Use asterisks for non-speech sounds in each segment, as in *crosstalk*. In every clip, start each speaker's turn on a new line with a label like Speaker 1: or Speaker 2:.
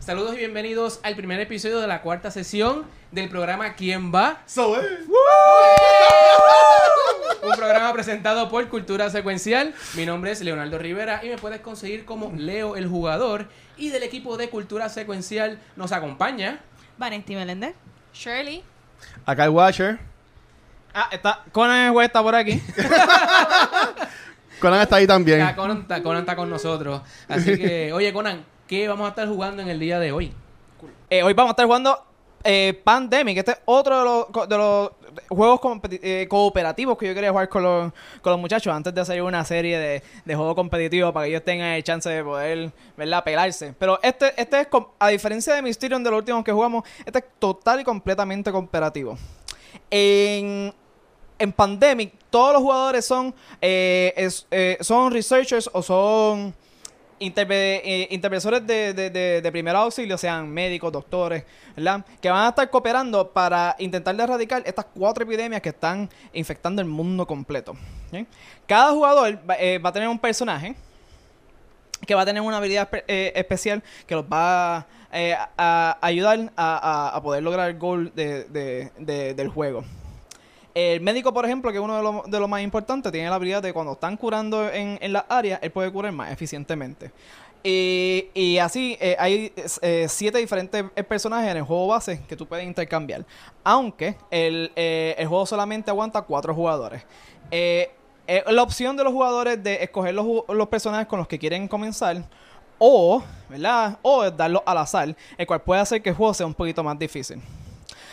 Speaker 1: Saludos y bienvenidos al primer episodio de la cuarta sesión del programa ¿Quién va?
Speaker 2: So, eh.
Speaker 1: Un programa presentado por Cultura Secuencial. Mi nombre es Leonardo Rivera y me puedes conseguir como Leo el Jugador. Y del equipo de Cultura Secuencial nos acompaña.
Speaker 3: Vanesti Meléndez.
Speaker 4: Shirley.
Speaker 2: Acá el Watcher.
Speaker 5: Ah, está, Conan el juez está por aquí.
Speaker 2: Conan está ahí también.
Speaker 1: Ah, Conan, está, Conan está con nosotros. Así que, oye, Conan, ¿qué vamos a estar jugando en el día de hoy?
Speaker 5: Eh, hoy vamos a estar jugando eh, Pandemic. Este es otro de los, co- de los juegos competi- eh, cooperativos que yo quería jugar con los, con los muchachos antes de hacer una serie de, de juegos competitivos para que ellos tengan el chance de poder, ¿verdad?, pelarse. Pero este, este es, com- a diferencia de Mysterium de los últimos que jugamos, este es total y completamente cooperativo. En, en Pandemic, todos los jugadores son, eh, es- eh, son researchers o son interve- eh, intervenciones de, de, de- de primer auxilio, sean médicos, doctores, ¿verdad? Que van a estar cooperando para intentar de erradicar estas cuatro epidemias que están infectando el mundo completo. ¿bien? Cada jugador va, eh, va a tener un personaje que va a tener una habilidad espe- eh, especial que los va eh, a, a ayudar a, a- a poder lograr el goal de- de- de- del juego. El médico, por ejemplo, que es uno de los de lo más importantes, tiene la habilidad de cuando están curando en, en las áreas, él puede curar más eficientemente. Y, y así eh, hay eh, siete diferentes eh, personajes en el juego base que tú puedes intercambiar. Aunque el, eh, el juego solamente aguanta cuatro jugadores. Eh, eh, la opción de los jugadores de escoger los, ju- los personajes con los que quieren comenzar o, ¿verdad? O darlos al azar, el cual puede hacer que el juego sea un poquito más difícil.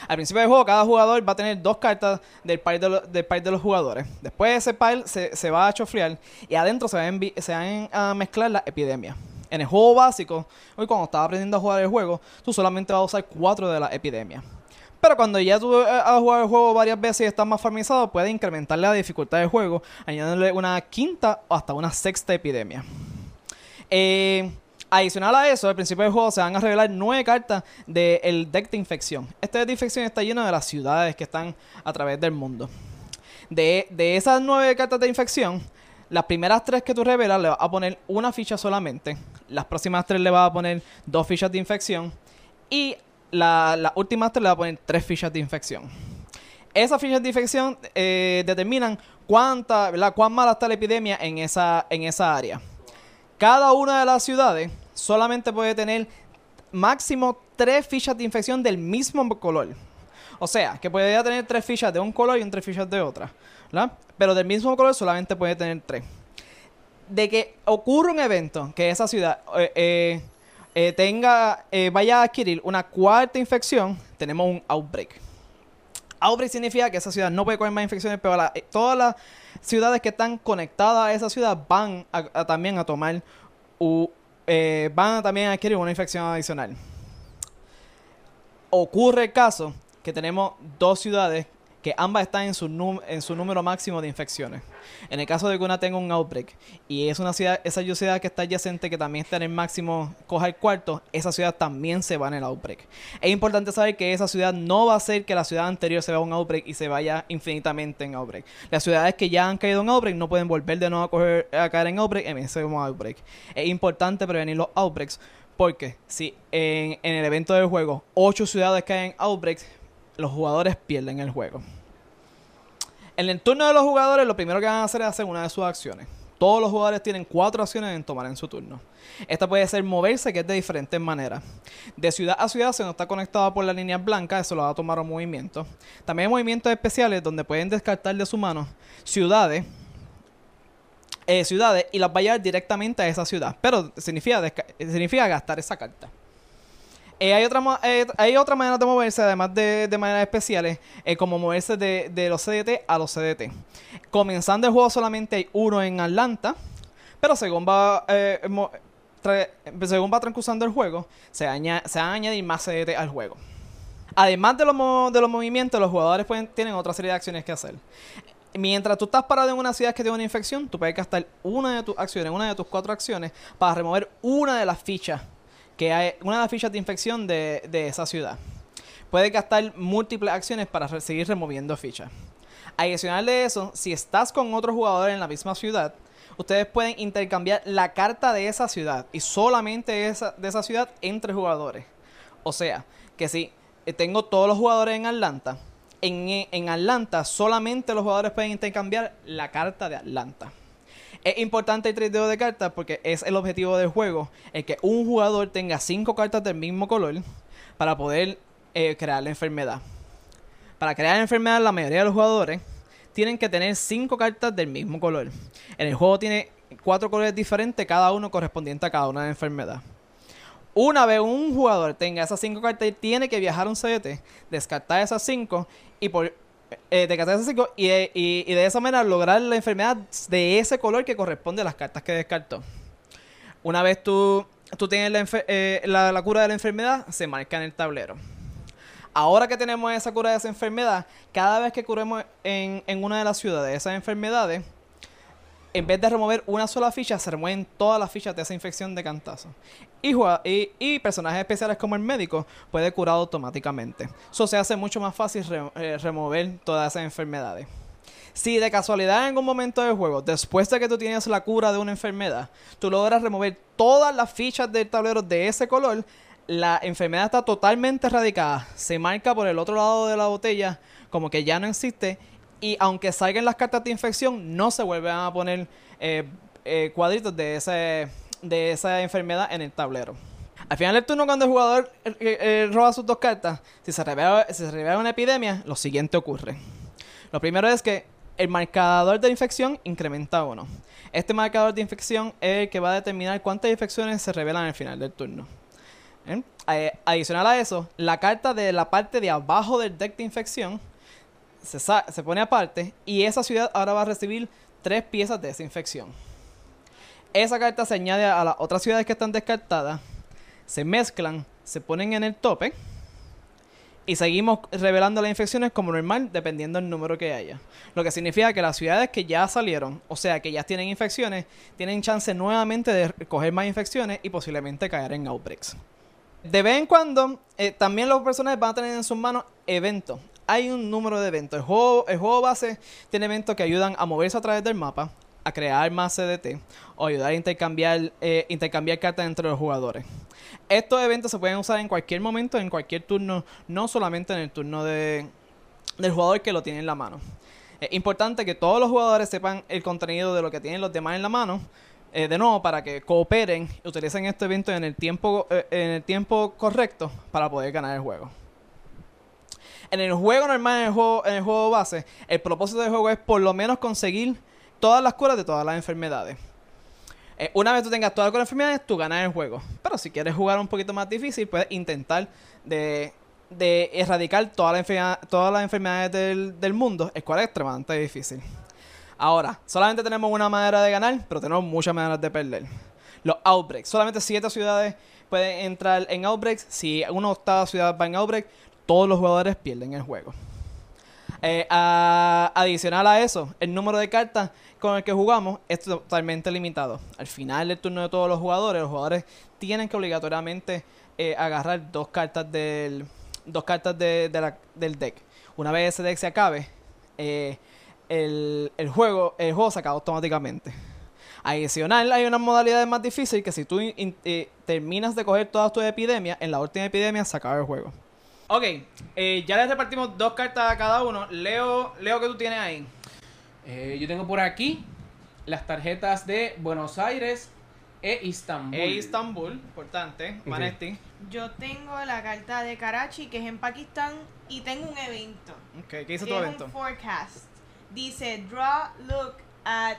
Speaker 5: Al principio del juego, cada jugador va a tener dos cartas del par de, lo- del par de los jugadores. Después ese par se, se va a chofrear y adentro se van, envi- se van a mezclar las epidemias. En el juego básico, hoy cuando estaba aprendiendo a jugar el juego, tú solamente vas a usar cuatro de las epidemias. Pero cuando ya tú eh, has jugado el juego varias veces y estás más farmizado, puedes incrementar la dificultad del juego, añadiéndole una quinta o hasta una sexta epidemia. Eh, adicional a eso, al principio del juego se van a revelar nueve cartas del deck de infección. Este deck de infección está lleno de las ciudades que están a través del mundo. De, de esas nueve cartas de infección, las primeras tres que tú revelas le vas a poner una ficha solamente. Las próximas tres le vas a poner dos fichas de infección. Y la- las últimas tres le vas a poner tres fichas de infección. Esas fichas de infección eh, determinan cuánta, ¿verdad? cuán mala está la epidemia en esa, en esa área. Cada una de las ciudades solamente puede tener máximo tres fichas de infección del mismo color. O sea, que podría tener tres fichas de un color y un tres fichas de otra. ¿verdad? Pero del mismo color solamente puede tener tres. De que ocurra un evento que esa ciudad eh, eh, eh, tenga, eh, vaya a adquirir una cuarta infección, tenemos un outbreak. Outbreak significa que esa ciudad no puede coger más infecciones, pero la- eh, todas las ciudades que están conectadas a esa ciudad van a, a también a tomar, u- eh, van a también a adquirir una infección adicional. Ocurre el caso que tenemos dos ciudades que ambas están en su, num- en su número máximo de infecciones. En el caso de que una tenga un outbreak y es una ciudad, esa ciudad que está adyacente que también está en el máximo coja el cuarto, esa ciudad también se va en el outbreak. Es importante saber que esa ciudad no va a ser que la ciudad anterior se vaya a un outbreak y se vaya infinitamente en outbreak. Las ciudades que ya han caído en outbreak no pueden volver de nuevo a, coger- a caer en outbreak en ese mismo outbreak. Es importante prevenir los outbreaks porque si en, en el evento del juego ocho ciudades caen en outbreaks, los jugadores pierden el juego. En el turno de los jugadores, lo primero que van a hacer es hacer una de sus acciones. Todos los jugadores tienen cuatro acciones en tomar en su turno. Esta puede ser moverse, que es de diferentes maneras. De ciudad a ciudad, si no está conectada por la línea blanca, eso lo va a tomar un movimiento. También hay movimientos especiales donde pueden descartar de su mano ciudades eh, ciudades y las va a llevar directamente a esa ciudad. Pero significa, desca- eh, significa gastar esa carta. Eh, hay, otra, mo- eh, hay otra manera de moverse, además de, de maneras especiales, eh, como moverse de, de los CDT a los CDT. Comenzando el juego solamente hay uno en Atlanta, pero según va, eh, mo- tra- según va transcursando el juego, se, aña- se van a añadir más CDT al juego. Además de los, mo- de los movimientos, los jugadores pueden, tienen otra serie de acciones que hacer. Mientras tú estás parado en una ciudad que tiene una infección, tú puedes gastar una de tus acciones, una de tus cuatro acciones, para remover una de las fichas, que hay, una de las fichas de infección de, de esa ciudad. Puedes gastar múltiples acciones para re- seguir removiendo fichas. Adicional de eso, si estás con otro jugador en la misma ciudad, ustedes pueden intercambiar la carta de esa ciudad y solamente esa, de esa ciudad entre jugadores. O sea, que si eh, tengo todos los jugadores en Atlanta, en, eh, en Atlanta solamente los jugadores pueden intercambiar la carta de Atlanta. Es importante el tradeo de cartas porque es el objetivo del juego, el que un jugador tenga cinco cartas del mismo color para poder eh, crear la enfermedad. Para crear la enfermedad la mayoría de los jugadores tienen que tener cinco cartas del mismo color. En el juego tiene cuatro colores diferentes, cada uno correspondiente a cada una de la enfermedad. Una vez un jugador tenga esas cinco cartas, tiene que viajar a un CDT, descartar esas cinco y por eh, descartar esas cinco y, eh, y- y de esa manera lograr la enfermedad de ese color que corresponde a las cartas que descartó. Una vez tú, tú tienes la, enfer- eh, la- la cura de la enfermedad, se marca en el tablero. Ahora que tenemos esa cura de esa enfermedad, cada vez que curemos en, en una de las ciudades esas enfermedades, en vez de remover una sola ficha, se remueven todas las fichas de esa infección de cantazo. Y, jugad- y, y personajes especiales como el médico puede curar automáticamente. Eso se hace mucho más fácil re- eh, remover todas esas enfermedades. Si de casualidad en algún momento del juego, después de que tú tienes la cura de una enfermedad, tú logras remover todas las fichas del tablero de ese color, la enfermedad está totalmente erradicada. Se marca por el otro lado de la botella como que ya no existe. Y aunque salgan las cartas de infección, no se vuelven a poner eh, eh, cuadritos de, ese, de esa enfermedad en el tablero. Al final del turno, cuando el jugador eh, eh, roba sus dos cartas, si se revela- si se revela una epidemia, lo siguiente ocurre. Lo primero es que el marcador de infección incrementa a uno. Este marcador de infección es el que va a determinar cuántas infecciones se revelan al final del turno. ¿Eh? Eh, adicional a eso, la carta de la parte de abajo del deck de infección se, sa- se pone aparte y esa ciudad ahora va a recibir tres piezas de esa infección. Esa carta se añade a las otras ciudades que están descartadas, se mezclan, se ponen en el tope y seguimos revelando las infecciones como normal dependiendo del número que haya. Lo que significa que las ciudades que ya salieron, o sea, que ya tienen infecciones, tienen chance nuevamente de coger más infecciones y posiblemente caer en outbreaks. De vez en cuando, eh, también los personajes van a tener en sus manos eventos. Hay un número de eventos. El juego, el juego base tiene eventos que ayudan a moverse a través del mapa, a crear más CDT o ayudar a intercambiar, eh, intercambiar cartas entre los jugadores. Estos eventos se pueden usar en cualquier momento, en cualquier turno, no solamente en el turno de, del jugador que lo tiene en la mano. Es importante que todos los jugadores sepan el contenido de lo que tienen los demás en la mano. eh, de nuevo, para que cooperen y utilicen este evento en el tiempo eh, en el tiempo correcto para poder ganar el juego. En el juego normal, en el juego, en el juego base, el propósito del juego es por lo menos conseguir todas las curas de todas las enfermedades. Eh, una vez tú tengas todas las enfermedades, tú ganas el juego. Pero si quieres jugar un poquito más difícil, puedes intentar de, de erradicar todas las enfermedad- todas las enfermedades del, del mundo, el cual es extremadamente difícil. Ahora, solamente tenemos una manera de ganar, pero tenemos muchas maneras de perder. Los outbreaks. Solamente siete ciudades pueden entrar en outbreaks. Si una octava ciudad va en outbreak, todos los jugadores pierden el juego. Eh, a- adicional a eso, el número de cartas con el que jugamos es totalmente limitado. Al final del turno de todos los jugadores, los jugadores tienen que obligatoriamente eh, agarrar dos cartas del dos cartas de- de la- del deck. Una vez ese deck se acabe, eh, el, el juego el juego se acaba automáticamente. Adicional, hay unas modalidades más difíciles que si tú in- in- eh, terminas de coger todas tus epidemias, en la última epidemia se acaba el juego. Ok, eh, ya les repartimos dos cartas a cada uno. Leo, Leo, ¿qué tú tienes ahí?
Speaker 1: Eh, yo tengo por aquí las tarjetas de Buenos Aires e Istambul.
Speaker 5: Eh, Istanbul, importante. Vanesti.
Speaker 3: Yo tengo la carta de Karachi, que es en Pakistán, y tengo un evento.
Speaker 5: Ok, ¿qué hizo
Speaker 3: Es
Speaker 5: tu evento?
Speaker 3: un forecast. Dice, draw, look at,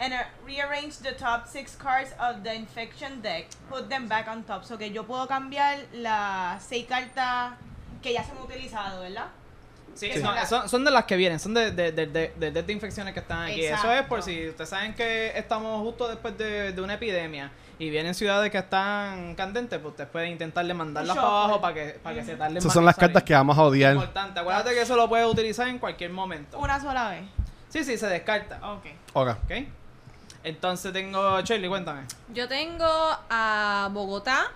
Speaker 3: and uh, rearrange the top six cards of the infection deck. Put them back on top. So que yo puedo cambiar las seis cartas que ya se han utilizado, ¿verdad?
Speaker 5: Sí,
Speaker 3: Sí.
Speaker 5: Son, son- son de las que vienen, son de, de, de, de, de- de infecciones que están aquí. Eso es por
Speaker 3: Exacto.
Speaker 5: si ustedes saben que estamos justo después de, de una epidemia y vienen ciudades que están candentes, pues ustedes pueden intentarle mandarlas
Speaker 3: Un
Speaker 5: para abajo
Speaker 3: shuffle.
Speaker 5: para que, para que se tarden
Speaker 2: Esas
Speaker 5: más
Speaker 2: son
Speaker 5: en
Speaker 2: las
Speaker 5: salir.
Speaker 2: cartas que vamos a odiar.
Speaker 5: Importante, acuérdate que eso lo puedes utilizar en cualquier momento.
Speaker 3: Una sola vez.
Speaker 5: Sí, sí, se descarta.
Speaker 3: Ok.
Speaker 2: Ahora,
Speaker 5: ¿Ok? Entonces tengo. Shirley, cuéntame.
Speaker 4: Yo tengo a Bogotá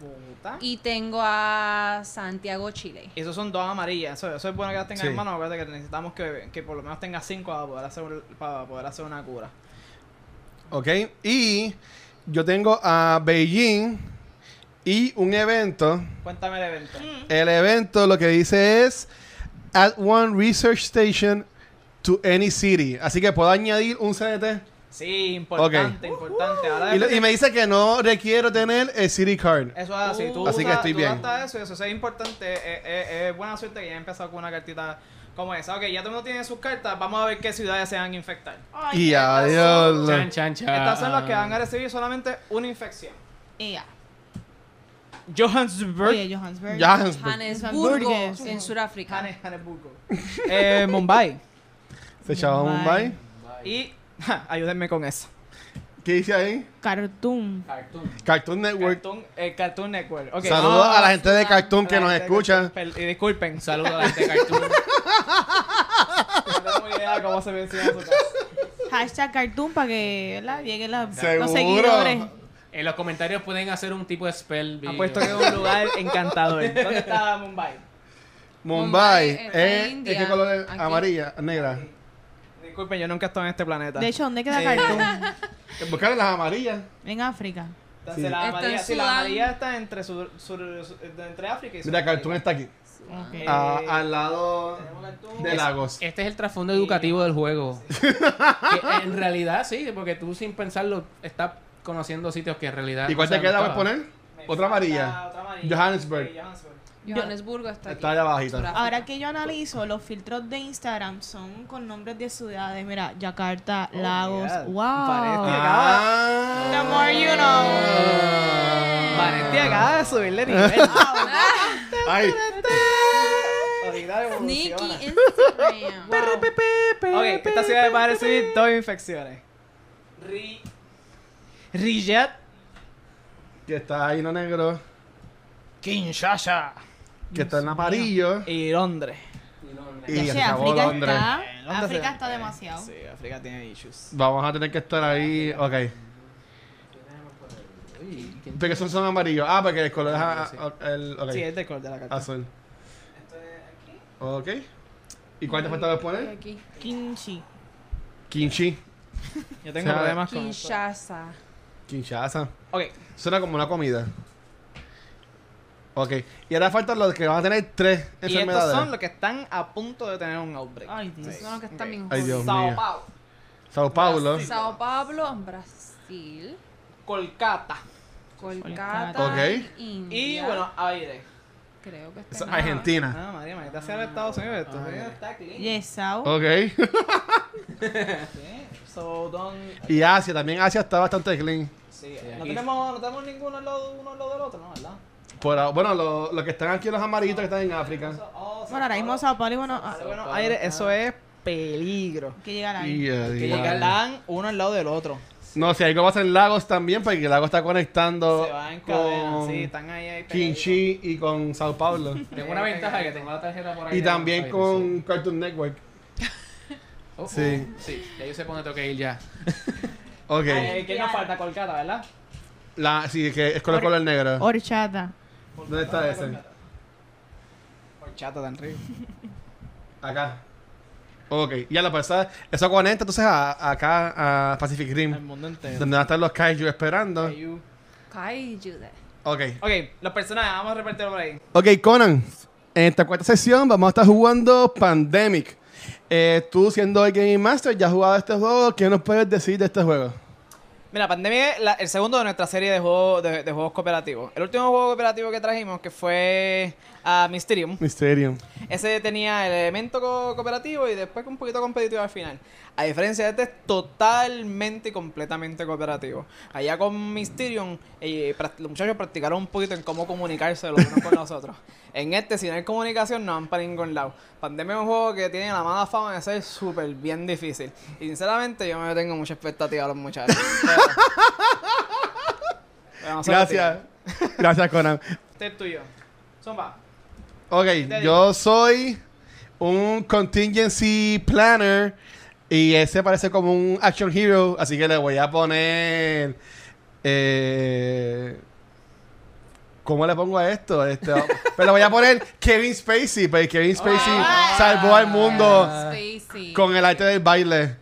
Speaker 5: Bogotá.
Speaker 4: y tengo a Santiago, Chile.
Speaker 5: Esos son dos amarillas. Eso, eso es bueno que las tengas
Speaker 2: Sí.
Speaker 5: en mano. Acuérdate que necesitamos que, que por lo menos tengas cinco para poder hacer, para poder hacer una cura.
Speaker 2: ¿Ok? Y yo tengo a Beijing y un evento.
Speaker 5: Cuéntame el evento.
Speaker 2: El evento lo que dice es Add one research station to any city. Así que puedo añadir un CDT.
Speaker 5: Sí, importante, importante. Ahora
Speaker 2: Y, lo- y me dice que no requiero tener el City Card.
Speaker 5: Eso es así. Tú
Speaker 2: Así que
Speaker 5: das-
Speaker 2: estoy
Speaker 5: tú
Speaker 2: bien.
Speaker 5: das eso, eso es importante. Es buena suerte que ya he empezado con una cartita como esa. Ok, ya todo el mundo tiene sus cartas. Vamos a ver qué ciudades se van a infectar.
Speaker 3: Ay,
Speaker 2: Y
Speaker 3: qué
Speaker 2: adiós.
Speaker 1: Chan, chan, chan.
Speaker 5: Estas son las que van a recibir solamente una infección.
Speaker 3: razón. Y ya.
Speaker 5: *laughs* Johannesburg.
Speaker 3: Oye, Johannesburg.
Speaker 2: Johannesburg.
Speaker 4: Johannesburgo,
Speaker 3: Hamburgues.
Speaker 4: en Sudáfrica.
Speaker 5: Johannes- Johannesburgo. *laughs* Eh, Mumbai.
Speaker 2: Se echaba Mumbai.
Speaker 5: Y ja, ayúdenme con eso.
Speaker 2: ¿Qué dice ahí?
Speaker 3: Cartoon.
Speaker 1: Cartoon.
Speaker 2: Cartoon Network.
Speaker 5: Cartoon, eh, Cartoon Network. Ok.
Speaker 2: Saludos
Speaker 5: Ah,
Speaker 2: a la gente de Cartoon
Speaker 5: la
Speaker 2: que nos
Speaker 5: gente de
Speaker 2: escucha.
Speaker 5: Cartoon. Pel- Y disculpen, *laughs*
Speaker 1: Un saludo a la gente de Cartoon.
Speaker 5: no tengo idea cómo se menciona eso.
Speaker 3: Hashtag cartoon para que ¿verdad? lleguen las-
Speaker 2: Seguro.
Speaker 3: los seguidores.
Speaker 1: En los comentarios pueden hacer un tipo de spell. bee.
Speaker 5: Apuesto que es un lugar encantador. ¿Dónde está Mumbai?
Speaker 2: Mumbai.
Speaker 4: Mumbai, está
Speaker 2: eh,
Speaker 4: en
Speaker 2: ¿y ¿Qué
Speaker 4: India.
Speaker 2: color es?
Speaker 4: Aquí.
Speaker 2: Amarilla, negra.
Speaker 5: Disculpen, yo nunca he estado en este planeta.
Speaker 3: De hecho, ¿dónde queda
Speaker 5: Eh,
Speaker 3: cartoon?
Speaker 5: *laughs*
Speaker 2: Buscar las amarillas.
Speaker 3: En África.
Speaker 5: Entonces,
Speaker 2: Sí.
Speaker 5: la
Speaker 4: Está en
Speaker 5: amarilla, sí, la
Speaker 4: Sudán.
Speaker 5: amarilla está entre, sur- sur- sur- entre África y
Speaker 2: Mira,
Speaker 5: Sudamérica.
Speaker 2: Cartoon está aquí.
Speaker 5: Eh,
Speaker 2: Ah, al lado
Speaker 5: tenemos Cartoon.
Speaker 2: de Lagos.
Speaker 1: Este es el trasfondo educativo del
Speaker 2: *laughs*
Speaker 1: juego. Que en realidad sí, porque tú sin pensarlo estás conociendo sitios que en realidad.
Speaker 2: ¿Y cuál
Speaker 1: no
Speaker 2: te queda?
Speaker 1: sabes
Speaker 2: ¿Puedes poner?
Speaker 5: Me falta
Speaker 2: Otra amarilla.
Speaker 5: otra amarilla.
Speaker 2: Johannesburg.
Speaker 5: Sí, Johannesburg.
Speaker 4: Johannesburgo está aquí.
Speaker 2: Está allá abajito.
Speaker 4: Sudáfrica.
Speaker 3: Ahora que yo analizo, los filtros de Instagram son con nombres de ciudades. Mira, Yakarta,
Speaker 5: Oh,
Speaker 3: Lagos.
Speaker 5: yeah.
Speaker 3: ¡Wow!
Speaker 5: Parece.
Speaker 3: The more
Speaker 2: Ah.
Speaker 3: you know.
Speaker 5: Vanetti Ah. acaba de subirle nivel.
Speaker 2: Ay,
Speaker 5: *laughs* Ahorita
Speaker 4: Sneaky
Speaker 5: evoluciona.
Speaker 4: Instagram. Wow.
Speaker 5: Ok, esta ciudad va a recibir dos infecciones. Ri... Riyadh.
Speaker 2: que está ahí no negro.
Speaker 5: Kinshasa.
Speaker 2: Que está en amarillo.
Speaker 5: Y Londres.
Speaker 2: Y
Speaker 3: Ya
Speaker 2: se
Speaker 3: sé,
Speaker 2: acabó
Speaker 3: África
Speaker 2: Londres.
Speaker 5: Eh,
Speaker 3: está.
Speaker 5: Londres
Speaker 3: África
Speaker 5: se-
Speaker 3: está
Speaker 5: eh,
Speaker 3: demasiado.
Speaker 5: Sí, África tiene issues.
Speaker 2: Vamos a tener que estar ahí. Ok. ¿De qué son, son amarillos? Ah, porque el color es a- a- el, ok,
Speaker 5: Sí, es del color de la carta.
Speaker 2: azul. Ok. ¿Y cuál te faltaba
Speaker 4: Y
Speaker 2: poner?
Speaker 4: aquí.
Speaker 3: Kimchi.
Speaker 2: Kinchi.
Speaker 5: Yo tengo
Speaker 2: O sea,
Speaker 5: problemas con eso.
Speaker 4: Kinshasa.
Speaker 2: Kinshasa.
Speaker 5: Ok,
Speaker 2: Suena como una comida. Ok. Y ahora faltan los que van a tener tres
Speaker 5: y estos son
Speaker 2: enfermedades.
Speaker 5: los que están a punto de tener un outbreak.
Speaker 3: Ay, Dios.
Speaker 5: Sí.
Speaker 4: Son los que están
Speaker 5: Ok.
Speaker 4: bien
Speaker 2: Ay, Dios
Speaker 4: jodidos.
Speaker 5: Sao
Speaker 2: mío.
Speaker 5: Paulo,
Speaker 2: Sao Paulo.
Speaker 4: Sao Paulo, Brasil,
Speaker 5: Kolkata
Speaker 4: Kolkata,
Speaker 2: Ok.
Speaker 4: India.
Speaker 5: y Buenos Aires.
Speaker 4: creo que está
Speaker 2: Sa-
Speaker 4: en-
Speaker 2: Argentina.
Speaker 5: Ah, María, María, está cerca de Estados Unidos. eh. Estados
Speaker 3: Ah,
Speaker 5: Unidos está clean. Oh.
Speaker 3: Yesao.
Speaker 2: Ok.
Speaker 5: Sí. So, don't-
Speaker 2: Y Asia. También Asia está bastante clean.
Speaker 5: sí, No,
Speaker 1: aquí-
Speaker 5: tenemos, no tenemos ninguno al lado uno al lado del otro, ¿no? ¿Verdad?
Speaker 2: Por ahora- bueno, lo- los que están aquí, los amarillitos que están en África.
Speaker 5: So, oh, Sao
Speaker 3: Bueno, ahora mismo
Speaker 5: Paulo.
Speaker 3: Sao Paulo y bueno, ah,
Speaker 5: Buenos Aires, eso es peligro.
Speaker 3: hay que llegar ahí.
Speaker 2: Y, eh,
Speaker 5: Que
Speaker 2: diablo.
Speaker 5: llegarán uno al lado del otro.
Speaker 2: No, si algo pasa en Lagos también, pues, porque Lagos está conectando
Speaker 5: Se van en cadena,
Speaker 2: con
Speaker 5: sí, están ahí, ahí pegaditos.
Speaker 2: Kinchi y con Sao
Speaker 5: *laughs*
Speaker 2: Paulo.
Speaker 1: Tengo una ventaja que tengo la tarjeta por ahí.
Speaker 2: y
Speaker 1: de
Speaker 2: también
Speaker 1: Buenos Aires,
Speaker 2: con Cartoon Network.
Speaker 1: sí. Oh, oh,
Speaker 2: sí.
Speaker 1: Sí, ya yo sé por dónde tengo que ir ya.
Speaker 2: Ok.
Speaker 5: Eh, ¿Qué nos falta? Colcata, ¿verdad?
Speaker 2: La, sí, que es con el color negro.
Speaker 3: Horchata.
Speaker 2: ¿Dónde está ese?
Speaker 5: Horchata tan rico.
Speaker 2: Acá. Ok, ya lo pasa. Eso conecta entonces a, acá a Pacific
Speaker 5: El
Speaker 2: Rim,
Speaker 5: mundo entero.
Speaker 2: donde van a estar los kaiju esperando.
Speaker 5: Caillou.
Speaker 4: Kaiju de-
Speaker 2: Ok.
Speaker 5: Ok, los personajes, vamos a repartirlo por ahí.
Speaker 2: Ok, Conan, en esta cuarta sesión vamos a estar jugando Pandemic. Eh, tú siendo el Game Master, ya has jugado este juego, ¿qué nos puedes decir de este juego?
Speaker 5: Mira, Pandemia es la- el segundo de nuestra serie de juegos, de, de juegos cooperativos. El último juego cooperativo que trajimos, que fue a Mysterium,
Speaker 2: Mysterium.
Speaker 5: ese tenía el elemento co- cooperativo y después un poquito competitivo al final. A diferencia de este, es totalmente y completamente cooperativo. Allá con Mysterium, eh, prac- los muchachos practicaron un poquito en cómo comunicarse los unos con los otros. En este, si no hay comunicación, no van para ningún lado. Pandemia es un juego que tiene la mala fama de ser súper bien difícil. Y sinceramente, yo no tengo mucha expectativa a los muchachos. Pero- pero no se
Speaker 2: Gracias. Gracias, Conan.
Speaker 5: retiren. Este es tuyo. Zumba.
Speaker 2: Ok,
Speaker 5: digo?
Speaker 2: yo soy un contingency planner y ese parece como un action hero, así que le voy a poner... eh, ¿Cómo le pongo a esto? Este, *laughs* pero le voy a poner Kevin
Speaker 5: Ah.
Speaker 2: Spacey, porque Kevin Spacey salvó al mundo
Speaker 4: Spacey.
Speaker 2: con el arte del baile.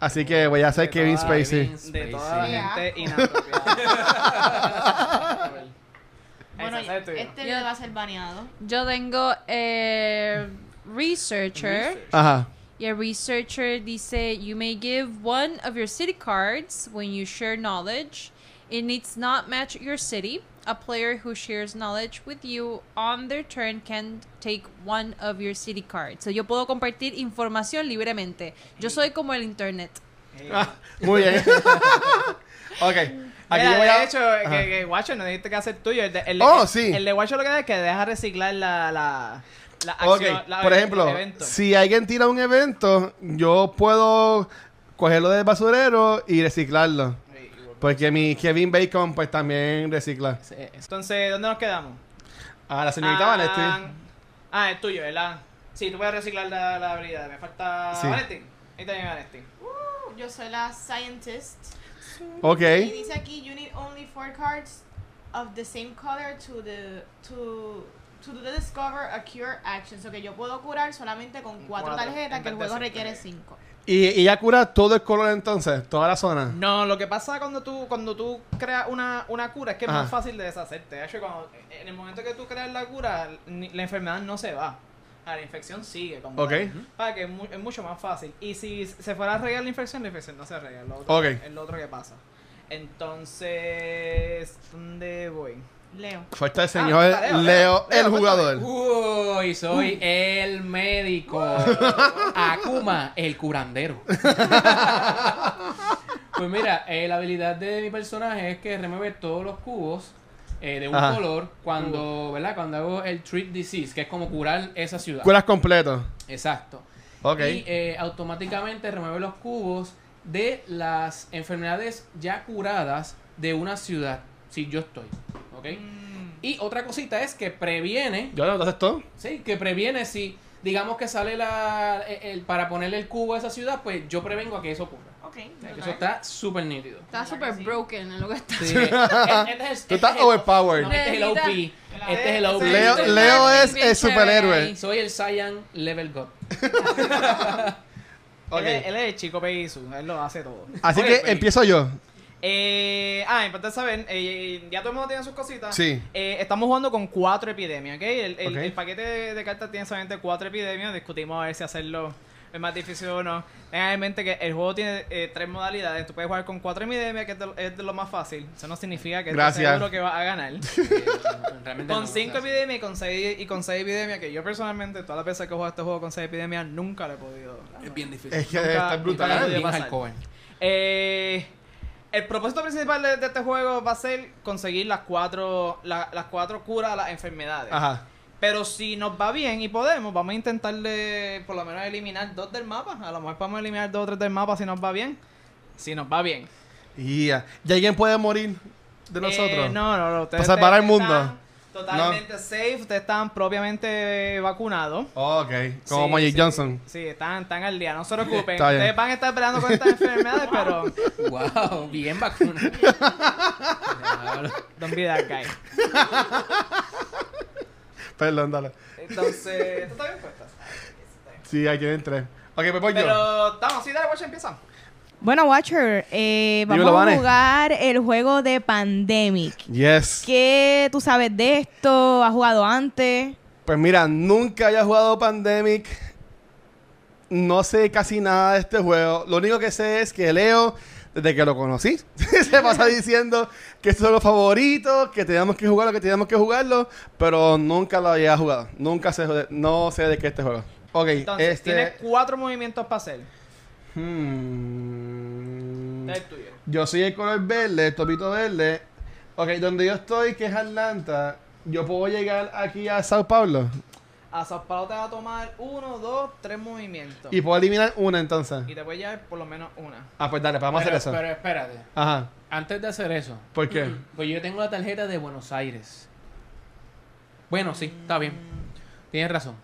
Speaker 2: Así que voy a hacer Kevin Spacey.
Speaker 5: De toda la
Speaker 3: Spacey.
Speaker 5: gente *laughs* inapropiada.
Speaker 6: Bueno,
Speaker 5: Esa es tu-
Speaker 6: este video va a ser baneado.
Speaker 4: Yo tengo eh, researcher.
Speaker 2: Ajá.
Speaker 4: Y el researcher dice, you may give one of your city cards when you share knowledge. It needs not match your city. A player who shares knowledge with you on their turn can take one of your city cards. So yo puedo compartir información libremente. Yo soy como el internet.
Speaker 2: Ah, muy bien. *laughs* ok. Aquí
Speaker 5: Mira,
Speaker 2: yo voy a...
Speaker 5: De hecho, que, que Guacho no dijiste que hacer tuyo. El de, el de-
Speaker 2: Oh,
Speaker 5: el-
Speaker 2: sí.
Speaker 5: El de Guacho lo que da es que deja reciclar la. la, la
Speaker 2: Ok,
Speaker 5: acción, la-
Speaker 2: por
Speaker 5: el
Speaker 2: ejemplo,
Speaker 5: evento.
Speaker 2: si alguien tira un evento, yo puedo cogerlo del basurero y reciclarlo. Porque mi Kevin Bacon, pues también recicla.
Speaker 5: Entonces, ¿dónde nos quedamos?
Speaker 2: Ah, la señorita Vanetti.
Speaker 5: Ah, el tuyo, ¿verdad? Sí, tú puedes reciclar la, la habilidad. Me falta
Speaker 2: Sí.
Speaker 5: Vanetti. Ahí también Vanetti.
Speaker 6: Yo soy la scientist.
Speaker 2: Ok.
Speaker 3: Y dice aquí, you need only four cards of the same color to the to to do the discover a cure action. So que yo puedo curar solamente con
Speaker 5: Con
Speaker 3: cuatro,
Speaker 5: cuatro,
Speaker 3: tarjetas,
Speaker 5: en
Speaker 3: que el
Speaker 5: vez
Speaker 3: juego
Speaker 5: de cinco.
Speaker 3: requiere cinco.
Speaker 2: Y y ella cura todo el color entonces, toda la zona.
Speaker 5: No, lo que pasa cuando tú, cuando tú creas una, una cura es que es
Speaker 2: Ajá.
Speaker 5: más fácil de deshacerte. De hecho, cuando- en el momento que tú creas la cura, ni- la enfermedad no se va. Ah, La infección sigue. Como
Speaker 2: Ok.
Speaker 5: tal. Para que es, mu- es mucho más fácil. Y si se fuera a arreglar la infección, la infección no se arregla. es Lo otro,
Speaker 2: Ok.
Speaker 5: Es lo otro que pasa. Entonces, ¿dónde voy?
Speaker 3: Leo.
Speaker 2: Falta el señor
Speaker 5: Ah, Leo,
Speaker 2: Leo,
Speaker 5: Leo,
Speaker 2: el
Speaker 5: Leo,
Speaker 2: jugador.
Speaker 1: Uy,
Speaker 2: Uh.
Speaker 1: soy el médico. Akuma, el curandero.
Speaker 2: *laughs*
Speaker 1: pues mira, eh, la habilidad de mi personaje es que remueve todos los cubos eh, de un
Speaker 2: Ajá.
Speaker 1: color cuando, ¿verdad? Cuando hago el treat disease, que es como curar esa ciudad.
Speaker 2: Curas completo.
Speaker 1: Exacto.
Speaker 2: Ok.
Speaker 1: Y eh, automáticamente remueve los cubos de las enfermedades ya curadas de una ciudad. Si yo estoy. ¿Ok?
Speaker 2: Mm.
Speaker 1: Y otra cosita es que previene
Speaker 2: ¿Yo no entonces todo?
Speaker 1: Sí, que previene si, digamos que sale la, e, el, para ponerle el cubo a esa ciudad, pues yo prevengo a que eso ocurra.
Speaker 3: Ok.
Speaker 1: O sea, que Eso está súper nítido.
Speaker 4: Está súper broken en lo que está.
Speaker 2: *laughs*
Speaker 1: Sí. este, este es,
Speaker 2: Tú estás overpowered.
Speaker 1: no, este es el OP. Este es el OP.
Speaker 2: Leo,
Speaker 4: Bien
Speaker 2: Leo
Speaker 4: chévere
Speaker 2: es el superhéroe.
Speaker 4: ahí.
Speaker 1: Soy el Saiyan Level *laughs* God.
Speaker 2: Ok.
Speaker 5: Él, es- él es el chico Peisu. Él lo hace todo.
Speaker 2: Así
Speaker 5: Oye,
Speaker 2: que
Speaker 5: pues,
Speaker 2: empiezo yo.
Speaker 5: Eh, ah, importante saber, eh, ya todo el mundo tiene sus cositas.
Speaker 2: Sí.
Speaker 5: Eh, estamos jugando con cuatro epidemias, ¿ok? El, el-
Speaker 2: Ok.
Speaker 5: el paquete de, de cartas tiene solamente cuatro epidemias. Discutimos a ver si hacerlo es más difícil o no. Tengan en mente que el juego tiene eh, tres modalidades. Tú puedes jugar con cuatro epidemias, que es de, lo- es de lo más fácil. Eso no significa que estás
Speaker 2: Gracias.
Speaker 5: seguro que vas a
Speaker 2: *laughs*
Speaker 5: ganar.
Speaker 1: Eh, Realmente no,
Speaker 5: con
Speaker 1: o sea,
Speaker 5: cinco epidemias y con seis, y con seis epidemias, que yo personalmente, todas las veces que he jugado este juego con seis epidemias, nunca lo he podido.
Speaker 1: Es bien difícil.
Speaker 2: Es que
Speaker 5: Nunca-
Speaker 2: está
Speaker 5: nunca
Speaker 2: brutal.
Speaker 5: podía
Speaker 1: Bien
Speaker 5: pasar.
Speaker 1: hardcore.
Speaker 5: Eh, el propósito principal de, de este juego va a ser conseguir las cuatro, la- las cuatro curas a las enfermedades.
Speaker 2: Ajá.
Speaker 5: Pero si nos va bien y podemos, vamos a intentarle por lo menos eliminar dos del mapa. A lo mejor podemos eliminar dos o tres del mapa si nos va bien. Si nos va bien.
Speaker 2: Yeah. ¿Y ah, alguien puede morir de nosotros?
Speaker 5: Eh, no, no, no. Ustedes,
Speaker 2: Para salvar al
Speaker 5: ustedes
Speaker 2: mundo.
Speaker 5: están Totalmente safe, ustedes están propiamente vacunados.
Speaker 2: Ok. Como
Speaker 5: Sí,
Speaker 2: Magic
Speaker 5: sí,
Speaker 2: Johnson.
Speaker 5: Sí, están, están al día, no se preocupen.
Speaker 2: Está bien.
Speaker 5: ustedes van a estar esperando
Speaker 2: *laughs*
Speaker 5: con estas enfermedades, pero
Speaker 1: Wow, *laughs* bien vacuna.
Speaker 5: don't be that guy.
Speaker 2: Perdón, dale.
Speaker 5: Entonces, ¿tú estás bien puesta?
Speaker 2: Sí, aquí tienen tres. Ok, pues voy yo.
Speaker 5: Pero estamos, sí, dale, watch, empieza.
Speaker 3: Bueno, Watcher, eh, vamos
Speaker 2: Dímelo, Vane.
Speaker 3: a jugar el juego de Pandemic.
Speaker 2: Yes.
Speaker 3: ¿Qué tú sabes de esto? ¿Has jugado antes?
Speaker 2: Pues mira, nunca había jugado Pandemic. No sé casi nada de este juego. Lo único que sé es que Leo, desde que lo conocí, *laughs* se pasa diciendo que estos son los favoritos, que teníamos que jugarlo, que teníamos que jugarlo, pero nunca lo había jugado. Nunca sé, de- no sé de qué es este juego. Ok,
Speaker 5: Entonces,
Speaker 2: este...
Speaker 5: tienes cuatro movimientos para hacer.
Speaker 2: hmm,
Speaker 5: Dale el tuyo.
Speaker 2: yo soy el color verde, el topito verde. Ok, donde yo estoy, que es Atlanta, yo puedo llegar aquí a Sao Paulo
Speaker 5: A Zapalo te va a tomar uno, dos, tres movimientos.
Speaker 2: y
Speaker 5: Y,
Speaker 2: puedo eliminar una entonces.
Speaker 5: te voy a llevar por lo menos una.
Speaker 2: Ah, pues dale, pues vamos
Speaker 1: pero,
Speaker 2: a hacer eso.
Speaker 1: pero espérate,
Speaker 2: Ajá.
Speaker 1: antes de hacer eso,
Speaker 2: ¿Por qué?
Speaker 1: Pues yo tengo la tarjeta de Buenos Aires. Bueno, sí, está bien. Tienes razón.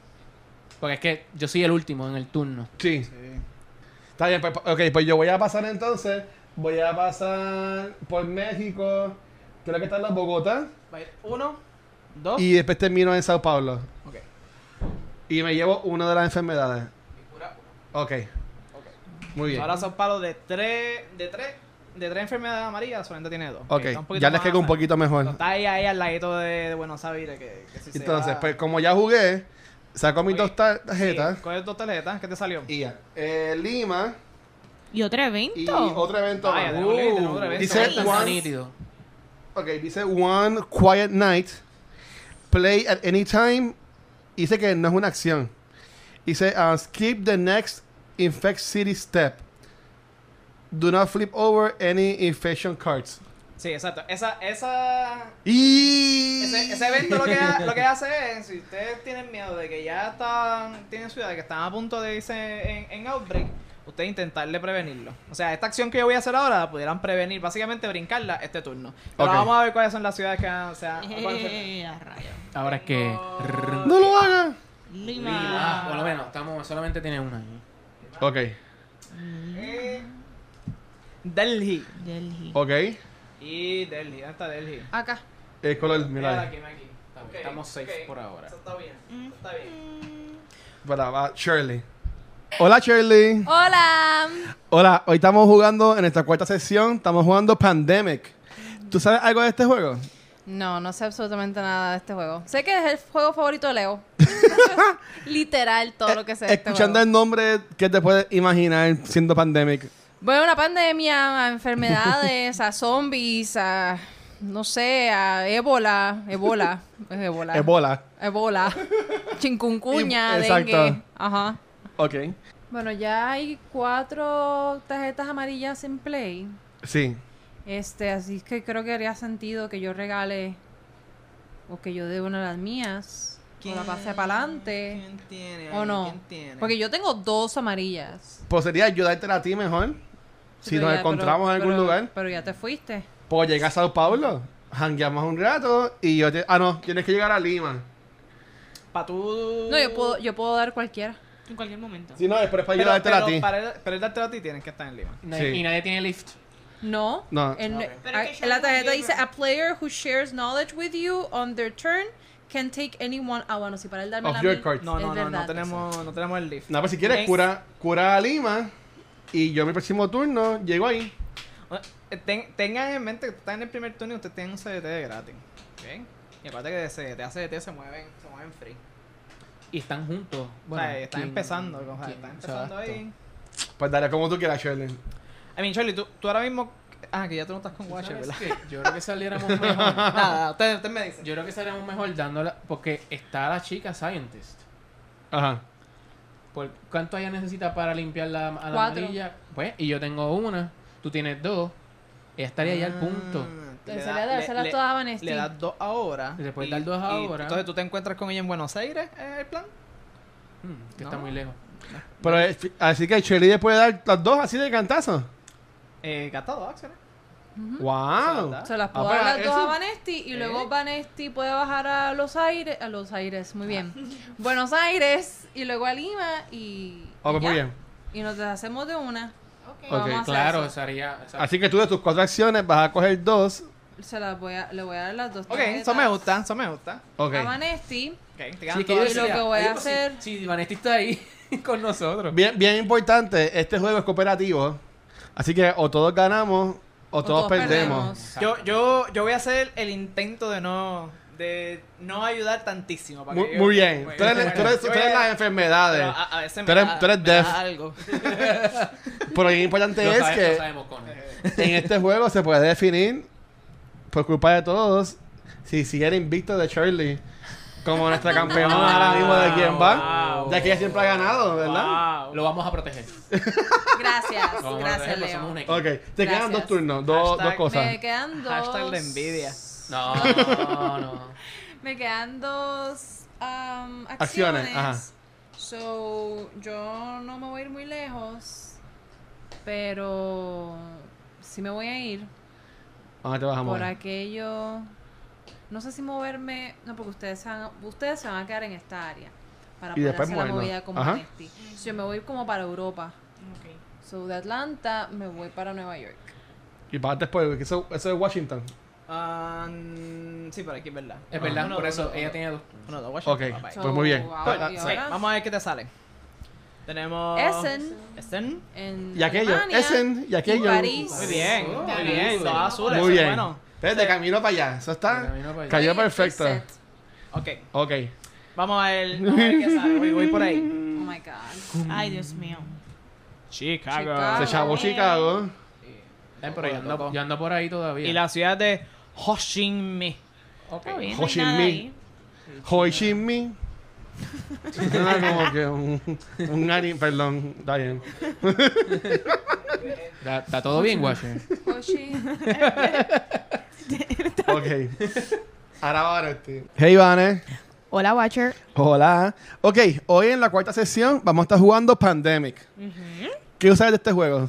Speaker 1: Porque es que yo soy el último en el turno.
Speaker 2: Sí. Está bien, pues, ok, pues yo voy a pasar entonces. Voy a pasar por México. Creo que está en la Bogotá.
Speaker 5: Va a ir Uno, dos.
Speaker 2: Y después termino en Sao Paulo.
Speaker 5: Ok.
Speaker 2: Y me llevo una de las enfermedades.
Speaker 5: Y cura
Speaker 2: Ok.
Speaker 5: uno. Ok.
Speaker 2: Muy bien.
Speaker 5: Ahora son palos de tres, de tres, de tres enfermedades amarillas, solamente tiene dos.
Speaker 2: Ok,
Speaker 5: que está un poquito
Speaker 2: ya les
Speaker 5: más-
Speaker 2: quedó un poquito mejor.
Speaker 5: Está ahí, ahí al ladito de, de Buenos Aires, que, que si se
Speaker 2: Entonces,
Speaker 5: va-
Speaker 2: pues como ya jugué, saco mis
Speaker 5: Oye,
Speaker 2: dos tar-
Speaker 5: sí,
Speaker 2: tarjetas.
Speaker 5: coge dos tarjetas, ¿qué te salió?
Speaker 2: Y ya. Eh, Lima
Speaker 4: ¿Y otro evento?
Speaker 2: y otro evento.
Speaker 5: Vaya,
Speaker 2: más.
Speaker 5: tenemos que ir, tenemos otra vez.
Speaker 2: dice
Speaker 1: Está
Speaker 2: Juan-
Speaker 1: nítido.
Speaker 2: Ok, dice One Quiet Night. Play at any time. Dice que no es una acción. Dice uh, skip the next infect city step. Do not flip over any infection cards.
Speaker 5: Sí, exacto. Esa, esa,
Speaker 2: Y
Speaker 5: Ese, ese evento lo que, ha- lo que hace es, si ustedes tienen miedo de que ya están, tienen ciudades que están a punto de irse en, en outbreak, ustedes intentarle prevenirlo. O sea, esta acción que yo voy a hacer ahora la pudieran prevenir, básicamente brincarla este turno. Pero
Speaker 2: Ok.
Speaker 5: vamos a ver cuáles son las ciudades que han, se *laughs* han- cuáles son-
Speaker 3: Eh, a rayos.
Speaker 1: Ahora es que.
Speaker 2: no lo haga.
Speaker 3: Lima.
Speaker 1: Ah, por lo menos, estamos, solamente tiene una. ¿eh?
Speaker 2: Ok,
Speaker 5: Eh, Delhi.
Speaker 3: Delhi.
Speaker 2: ok.
Speaker 5: Y Delhi, ¿dónde está Delhi?
Speaker 4: Acá.
Speaker 2: El color,
Speaker 5: Mira,
Speaker 2: mira. ahí.
Speaker 5: Ah, aquí, aquí.
Speaker 1: Está bien,
Speaker 5: Ok,
Speaker 1: Estamos safe
Speaker 5: ok.
Speaker 1: por ahora.
Speaker 5: Eso está bien. eso Está bien.
Speaker 2: Para, va, Shirley. Hola Shirley.
Speaker 4: Hola.
Speaker 2: Hola, hoy estamos jugando en esta cuarta sesión. Estamos jugando Pandemic. ¿Tú sabes algo de este juego?
Speaker 4: No, no sé absolutamente nada de este juego. Sé que es el juego favorito de *laughs* Leo. Literal, todo lo que sé. de este
Speaker 2: Eh, Escuchando
Speaker 4: juego.
Speaker 2: el nombre que te puedes imaginar siendo pandemic.
Speaker 4: Bueno, una pandemia, a enfermedades, a zombies, a. No sé, a ébola. Ébola. Es ébola.
Speaker 2: Ebola.
Speaker 4: Ébola. Chikungunya,
Speaker 2: Y- exacto.
Speaker 4: dengue. Ajá.
Speaker 2: Ok.
Speaker 4: Bueno, ya hay cuatro tarjetas amarillas en play.
Speaker 2: Sí.
Speaker 4: Este, así que creo que haría sentido que yo regale o que yo dé una de las mías. O la pase para adelante.
Speaker 5: ¿Quién tiene?
Speaker 4: O
Speaker 5: ahí?
Speaker 4: no.
Speaker 5: ¿Quién tiene?
Speaker 4: Porque yo tengo dos amarillas.
Speaker 2: Pues sería ayudarte a ti mejor. Si
Speaker 4: Pero
Speaker 2: nos
Speaker 4: ya-
Speaker 2: encontramos
Speaker 4: pero-
Speaker 2: en algún
Speaker 4: pero-
Speaker 2: lugar.
Speaker 4: Pero ya te fuiste.
Speaker 2: Pues llega a Sao Paulo. Hangueamos un rato y yo te... Ah, no. Tienes que llegar a Lima.
Speaker 5: Pa' tú...
Speaker 4: No, yo puedo, yo puedo dar cualquiera.
Speaker 6: En cualquier momento.
Speaker 2: Si no, es para
Speaker 5: Pero,
Speaker 2: ayudarte a
Speaker 5: pero
Speaker 2: ti.
Speaker 5: para el- pero el dártelo a ti tienes que estar en Lima.
Speaker 1: Nadie-
Speaker 2: Sí.
Speaker 1: Y nadie tiene lift.
Speaker 4: No.
Speaker 2: No.
Speaker 4: en-
Speaker 1: Ok.
Speaker 3: Pero
Speaker 4: a-
Speaker 3: es que yo
Speaker 4: en la
Speaker 3: no
Speaker 4: tarjeta
Speaker 3: llevo.
Speaker 4: dice: A player who shares knowledge with you on their turn can take anyone. Ah, bueno, si para él darme
Speaker 2: Of
Speaker 4: la
Speaker 2: your
Speaker 4: mía-
Speaker 2: cards.
Speaker 5: No,
Speaker 4: Es
Speaker 5: no, no, no
Speaker 4: verdad,
Speaker 5: tenemos, no tenemos el lift.
Speaker 2: No, pero si quieres,
Speaker 5: Next.
Speaker 2: cura, cura a Lima. Y yo mi próximo turno llego ahí.
Speaker 5: Eh, ten- tengan en mente que están en el primer turno y ustedes tienen un CDT de gratis. ¿ok? Y aparte que de CDT a CDT se mueven, se mueven free.
Speaker 1: Y están juntos.
Speaker 5: o sea, están
Speaker 1: ¿quién-
Speaker 5: empezando, o sea,
Speaker 1: quién?
Speaker 5: están
Speaker 1: O sea,
Speaker 5: empezando
Speaker 1: esto.
Speaker 5: ahí.
Speaker 2: Pues dale, como tú quieras, Shirley.
Speaker 5: I mean, Charlie, tú, tú ahora mismo... Ah, que ya tú no estás con Watcher,
Speaker 1: ¿Sabes
Speaker 5: ¿verdad?
Speaker 1: qué?
Speaker 5: *laughs*
Speaker 1: Yo creo que saliéramos mejor.
Speaker 5: Nada, nada, ustedes ustedes me dicen.
Speaker 1: Yo creo que saliéramos mejor dándola. Porque está la chica Scientist.
Speaker 2: Ajá.
Speaker 1: Por- ¿Cuánto ella necesita para limpiar la, a la
Speaker 4: Cuatro.
Speaker 1: amarilla? Pues, y yo tengo una. Tú tienes dos. Ella estaría ya al
Speaker 2: Ah.
Speaker 1: punto.
Speaker 5: Ah, Le
Speaker 4: Debería
Speaker 5: da-
Speaker 4: dárselas
Speaker 5: le- le-
Speaker 4: todas a Vanesti.
Speaker 5: Le das dos ahora.
Speaker 1: Le puedes
Speaker 5: y-
Speaker 1: dar dos
Speaker 5: y
Speaker 1: ahora.
Speaker 5: Entonces tú te encuentras con ella en Buenos Aires, eh, el plan.
Speaker 1: Mm, que está
Speaker 5: No.
Speaker 1: muy lejos.
Speaker 2: Pero, eh, fi- así que Shirley le puede dar las dos así de cantazo.
Speaker 5: Eh, gasta dos acciones.
Speaker 2: ¡Wow!
Speaker 5: Eso
Speaker 4: Se las puedo
Speaker 2: Ah, pues,
Speaker 4: dar las dos
Speaker 2: eso-
Speaker 4: a Vanesti y
Speaker 5: ¿Eh?
Speaker 4: luego Vanesti puede bajar a Los Aires, a Los Aires, muy bien.
Speaker 5: Ah.
Speaker 4: *laughs* Buenos Aires y luego a Lima y
Speaker 2: Ok,
Speaker 4: y ya.
Speaker 2: muy bien.
Speaker 4: Y nos deshacemos de una.
Speaker 6: Ok.
Speaker 2: Ok,
Speaker 4: Vamos a hacer
Speaker 1: Claro,
Speaker 4: eso.
Speaker 1: sería. esa-
Speaker 2: Así que tú de tus cuatro acciones vas a coger dos.
Speaker 4: Se las voy a le voy a dar las dos.
Speaker 5: Ok,
Speaker 4: tarjetas
Speaker 5: eso me gusta, eso me gusta.
Speaker 2: Ok.
Speaker 4: A Vanesti.
Speaker 5: Ok, te
Speaker 1: Sí,
Speaker 5: quedan
Speaker 1: es que yo
Speaker 5: todas.
Speaker 4: lo
Speaker 1: decía,
Speaker 4: que voy a
Speaker 1: oye, pues,
Speaker 4: hacer-
Speaker 1: Si, si Vanesti está ahí *laughs* con nosotros.
Speaker 2: Bien, bien importante, este juego es cooperativo. Así que o todos ganamos o, todos,
Speaker 4: todos
Speaker 2: perdemos.
Speaker 5: Yo, yo, yo voy a hacer el intento de no de no ayudar tantísimo. para que
Speaker 2: Muy,
Speaker 5: yo-
Speaker 2: muy bien.
Speaker 5: Pues,
Speaker 2: Tú eres,
Speaker 5: bueno,
Speaker 2: tú eres-
Speaker 5: yo
Speaker 2: tú
Speaker 5: voy
Speaker 2: eres
Speaker 5: a-
Speaker 2: las
Speaker 5: pero
Speaker 2: enfermedades.
Speaker 5: a, a veces
Speaker 2: Tú
Speaker 5: me
Speaker 2: eres-
Speaker 5: da-
Speaker 2: tú eres
Speaker 5: me da
Speaker 2: deaf.
Speaker 5: algo.
Speaker 2: Pero lo importante
Speaker 1: Lo
Speaker 2: este es
Speaker 1: sabe- lo
Speaker 2: que
Speaker 1: sabemos, Conan.
Speaker 2: en este juego se puede definir, por culpa de todos, si siguiera invicto de Shirley como nuestra campeona ahora mismo de quién va.
Speaker 1: Wow.
Speaker 2: Ya que ella siempre ha ganado, ¿verdad?
Speaker 5: Wow.
Speaker 1: Lo vamos a proteger.
Speaker 4: Gracias,
Speaker 1: Lo vamos a
Speaker 4: gracias
Speaker 1: proteger, pues, somos
Speaker 4: Leo.
Speaker 1: un equipo.
Speaker 2: Ok, te quedan
Speaker 4: Gracias.
Speaker 2: dos turnos, dos,
Speaker 5: Hashtag
Speaker 2: dos cosas.
Speaker 4: Me quedan dos.
Speaker 5: Hashtag de envidia.
Speaker 1: No, no, no.
Speaker 4: Me quedan dos am, acciones.
Speaker 2: Acciones, ajá.
Speaker 4: So, yo no me voy a ir muy lejos, pero sí me voy a ir
Speaker 2: ¿Dónde Ah, te vas a
Speaker 4: por
Speaker 2: mover?
Speaker 4: aquello. No sé si moverme, no, porque ustedes se van, ustedes se van a quedar en esta área para
Speaker 2: Y
Speaker 4: poder
Speaker 2: después
Speaker 4: hacer la
Speaker 2: movernos.
Speaker 4: movida con
Speaker 2: Ajá.
Speaker 4: Vanesti. So, yo me voy a ir como para Europa.
Speaker 6: Ok.
Speaker 4: So, de Atlanta me voy para Nueva York.
Speaker 2: Y vas después, que eso, eso es Washington.
Speaker 5: Ah, mm, sí, por aquí, ¿verdad?
Speaker 1: Es verdad,
Speaker 5: Uno,
Speaker 1: por
Speaker 5: uno,
Speaker 1: eso
Speaker 5: uno,
Speaker 1: ella
Speaker 5: uno.
Speaker 1: tenía dos.
Speaker 5: Uno, dos,
Speaker 2: Ok,
Speaker 5: Washington, bye, bye.
Speaker 2: pues muy bien.
Speaker 4: So,
Speaker 5: Cool,
Speaker 4: ahora- y
Speaker 5: sí,
Speaker 4: ahora-
Speaker 5: Vamos a ver qué te sale. Tenemos.
Speaker 4: Essen.
Speaker 5: Essen.
Speaker 4: En
Speaker 2: Y aquello,
Speaker 4: Alemania,
Speaker 2: Essen, y aquello.
Speaker 4: París.
Speaker 5: Muy bien,
Speaker 1: Oh,
Speaker 5: muy
Speaker 1: muy
Speaker 5: bien.
Speaker 1: bien.
Speaker 5: Dos azules,
Speaker 2: Muy
Speaker 5: eso es
Speaker 2: bien.
Speaker 5: bueno.
Speaker 2: Ves, de camino para allá. Eso
Speaker 1: De
Speaker 2: está.
Speaker 1: camino para allá.
Speaker 2: Cayó
Speaker 4: Three
Speaker 2: perfecta.
Speaker 4: percent.
Speaker 5: Ok,
Speaker 2: Ok.
Speaker 5: vamos a ver, vamos a ver qué sale. Voy, voy por ahí.
Speaker 4: Oh my god.
Speaker 6: Ay, Dios mío.
Speaker 5: Chicago.
Speaker 4: Chicago.
Speaker 2: Se chavó Chicago.
Speaker 1: Ay, pero yo ando, yo ando por ahí todavía.
Speaker 5: Y la ciudad de Ho Chi Minh.
Speaker 1: Ok.
Speaker 6: Está bien,
Speaker 2: Ho
Speaker 6: no hay
Speaker 2: Chi
Speaker 6: nada
Speaker 2: Minh.
Speaker 6: ahí.
Speaker 2: Ho Chi Minh. Suena como que un, un ani- Perdón, está bien.
Speaker 1: ¿Está, está todo
Speaker 4: *laughs*
Speaker 1: bien, Washer?
Speaker 2: *laughs*
Speaker 4: Oh, Hoshi.
Speaker 2: Ok. Ahora va ahora este. Hey, Vane.
Speaker 6: Hola, Watcher.
Speaker 2: Hola. Ok, hoy en la cuarta sesión vamos a estar jugando Pandemic. ¿Qué usas de este juego?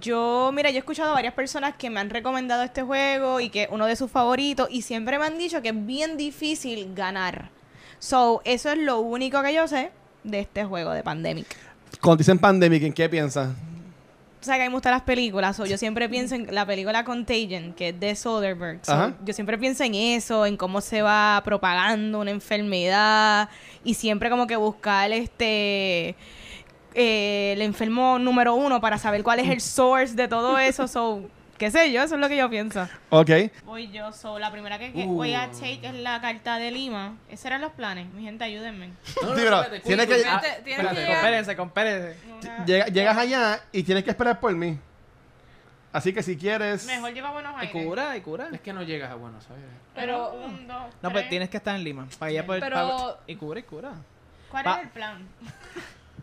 Speaker 3: Yo, mira, yo he escuchado a varias personas que me han recomendado este juego y que es uno de sus favoritos y siempre me han dicho que es bien difícil ganar. So, eso es lo único que yo sé de este juego de Pandemic.
Speaker 2: Cuando dicen Pandemic, ¿en qué piensas?
Speaker 3: O sea, que a mí me gustan las películas, so, yo siempre pienso en la película Contagion, que es de Soderbergh. so,
Speaker 2: Ajá.
Speaker 3: yo siempre pienso en eso, en cómo se va propagando una enfermedad y siempre como que buscar este eh, el enfermo número uno para saber cuál es el source de todo eso. So, qué sé yo, eso es lo que yo pienso.
Speaker 2: Ok.
Speaker 6: Voy yo, so, la primera que, que
Speaker 1: Uh.
Speaker 6: voy a take es la carta de Lima. Esos eran los planes. Mi gente, ayúdenme.
Speaker 1: No,
Speaker 2: Sí, pero
Speaker 1: espérate,
Speaker 2: tiene
Speaker 1: cuida,
Speaker 2: que-
Speaker 1: cuida.
Speaker 5: Ah,
Speaker 4: Tienes que
Speaker 5: espérate,
Speaker 4: llegar-
Speaker 5: compérense, compérense.
Speaker 6: Una-
Speaker 2: Llega- llegas allá y tienes que esperar por mí. Así que si quieres.
Speaker 6: Mejor lleva Buenos
Speaker 5: Y
Speaker 6: Aires.
Speaker 5: cura, y cura.
Speaker 1: Es que no llegas a Buenos Aires.
Speaker 6: Pero,
Speaker 4: Pero-
Speaker 6: un, dos,
Speaker 5: No,
Speaker 6: tres.
Speaker 5: pues tienes que estar en Lima. Para allá por,
Speaker 4: Pero-
Speaker 5: pa- y cura, y cura.
Speaker 6: ¿Cuál
Speaker 5: Va.
Speaker 6: es el plan?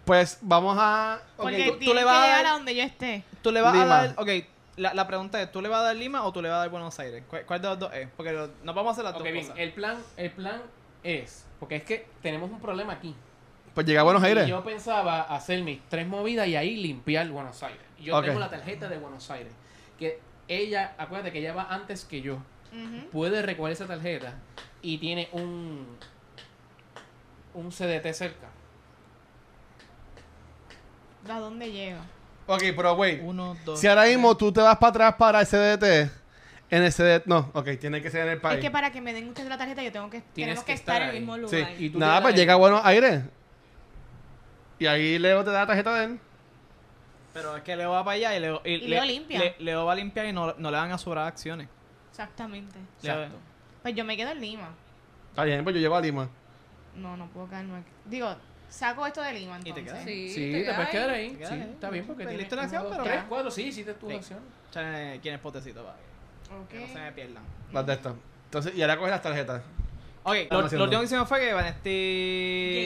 Speaker 2: Pues vamos a. ok,
Speaker 6: Porque
Speaker 5: tú-
Speaker 6: tú,
Speaker 5: tú le
Speaker 6: le
Speaker 5: vas a
Speaker 6: que llegar
Speaker 5: dar-
Speaker 6: a donde yo esté.
Speaker 5: ¿Tú le vas
Speaker 2: Lima.
Speaker 5: a dar. Ok, la, la pregunta es: ¿tú le vas a dar Lima o tú le vas a dar Buenos Aires? ¿Cuál, cuál de los dos es? Porque lo- nos vamos a hacer las
Speaker 1: Ok,
Speaker 5: dos
Speaker 1: bien.
Speaker 5: cosas.
Speaker 1: El plan, el plan es... Porque es que tenemos un problema aquí.
Speaker 2: Pues llega a Buenos Aires.
Speaker 1: Y yo pensaba hacer mis tres movidas y ahí limpiar Buenos Aires. Y yo
Speaker 2: Ok.
Speaker 1: tengo la tarjeta de Buenos Aires. Que ella, acuérdate que ella va antes que yo.
Speaker 6: Ujú.
Speaker 1: Puede recoger esa tarjeta y tiene un un CDT cerca.
Speaker 6: ¿A dónde llego?
Speaker 2: Ok, pero wait.
Speaker 5: Uno, dos.
Speaker 2: Si ahora
Speaker 5: tres.
Speaker 2: mismo tú te vas para atrás para el CDT, en el CDT. No, ok, tiene que ser en el país.
Speaker 6: Es que para que me den ustedes la tarjeta, yo tengo que, tenemos que,
Speaker 1: que
Speaker 6: estar,
Speaker 1: estar
Speaker 6: en el
Speaker 1: ahí.
Speaker 6: mismo
Speaker 2: Sí.
Speaker 6: lugar.
Speaker 1: Y tú
Speaker 2: Nada,
Speaker 1: te
Speaker 2: pues
Speaker 1: das-
Speaker 2: llega a Buenos Aires. Y ahí Leo te da la tarjeta de él.
Speaker 5: Pero es que Leo va para allá y Leo. Y,
Speaker 6: Y Leo limpia.
Speaker 5: Le- Leo va a limpiar y no, no le van a sobrar acciones.
Speaker 6: Exactamente.
Speaker 5: Leo-
Speaker 1: Exacto.
Speaker 6: Pues yo me quedo en Lima.
Speaker 2: Está bien, pues yo llevo a Lima.
Speaker 6: No, no puedo quedarme aquí. Digo, saco esto de Lima
Speaker 5: te
Speaker 6: entonces.
Speaker 5: quedas ahí.
Speaker 4: Sí,
Speaker 1: Sí, te puedes
Speaker 4: cae.
Speaker 1: quedar ahí.
Speaker 5: Te quedas
Speaker 1: Sí,
Speaker 5: ahí.
Speaker 1: está bien porque
Speaker 5: Pues
Speaker 1: tienes
Speaker 5: listo la
Speaker 1: uno,
Speaker 5: acción,
Speaker 1: dos,
Speaker 5: pero
Speaker 1: tres,
Speaker 5: va.
Speaker 1: cuatro, sí, hiciste tu
Speaker 5: Sí.
Speaker 1: acción.
Speaker 5: Échale, ¿Quién es potecito? Para que,
Speaker 6: Ok.
Speaker 5: que no se me pierdan.
Speaker 2: Las de estas. Entonces, y ahora coges las tarjetas.
Speaker 5: Ok,
Speaker 2: Estamos
Speaker 5: lo, lo
Speaker 2: haciendo.
Speaker 5: último que hicimos fue que
Speaker 6: Llegué a
Speaker 5: Vanesti.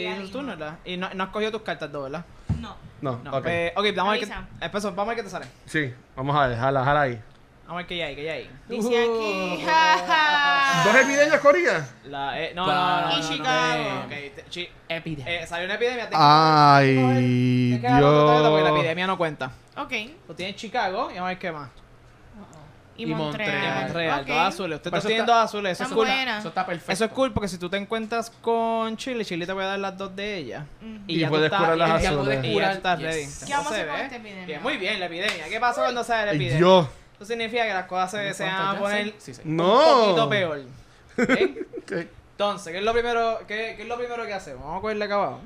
Speaker 5: hizo su
Speaker 6: Lima.
Speaker 5: turno, ¿verdad? Y no, no has cogido tus cartas dos, ¿verdad?
Speaker 6: No.
Speaker 2: No,
Speaker 5: No.
Speaker 2: ok.
Speaker 5: pues, ok, vamos a ver qué.
Speaker 6: Avisa.
Speaker 5: eh, pues, vamos a ver qué te sale.
Speaker 2: Sí, vamos a ver, jala, jala ahí.
Speaker 5: Vamos a ver qué hay, qué hay.
Speaker 6: Dice aquí. ja, ja.
Speaker 2: *laughs* ¿Dos epidemias corría?
Speaker 5: La, eh, no,
Speaker 1: Pa-
Speaker 5: no, no, no,
Speaker 6: Y
Speaker 5: no, no,
Speaker 6: Chicago.
Speaker 5: no, ok, te- chi-
Speaker 1: Epidemia.
Speaker 5: eh, salió una epidemia. tengo-
Speaker 2: Ay,
Speaker 5: tengo que agarrar otra tarjeta porque la
Speaker 2: Dios.
Speaker 5: epidemia no cuenta.
Speaker 6: Ok.
Speaker 5: Lo tiene Chicago y vamos a ver qué más.
Speaker 6: Y,
Speaker 1: Y
Speaker 6: Montreal.
Speaker 1: Montreal.
Speaker 5: En Montreal,
Speaker 6: Ok.
Speaker 5: todas azules. Usted
Speaker 1: Pero
Speaker 5: está
Speaker 1: eso
Speaker 5: tienen
Speaker 1: está-
Speaker 5: dos azules. Eso es
Speaker 6: Tan
Speaker 5: cool.
Speaker 6: buena.
Speaker 1: Eso está perfecto.
Speaker 5: Eso es cool porque si tú te encuentras con Chile, Chile te voy a dar las dos de ellas.
Speaker 6: Ujú.
Speaker 2: Y
Speaker 5: tú
Speaker 2: puedes
Speaker 5: estás-
Speaker 2: curar las
Speaker 5: y ya
Speaker 2: azules.
Speaker 5: puedes curar,
Speaker 1: Yes.
Speaker 5: estás ready.
Speaker 1: ¿Qué
Speaker 5: Eso
Speaker 6: vamos a
Speaker 5: se
Speaker 6: hacer con
Speaker 5: ve.
Speaker 6: esta epidemia?
Speaker 5: Bien, Muy bien, la epidemia. ¿Qué pasa cuando sale la
Speaker 2: Ay,
Speaker 5: epidemia?
Speaker 2: Dios.
Speaker 5: Eso significa que las cosas se, se van a
Speaker 1: ¿Cuántas ya?
Speaker 5: poner
Speaker 1: Sí, sí.
Speaker 2: No.
Speaker 5: un poquito peor. ¿Ok?
Speaker 2: ¿Qué?
Speaker 5: Entonces, ¿qué es lo primero, qué, qué es lo primero que hacemos? Vamos a cogerle acá abajo.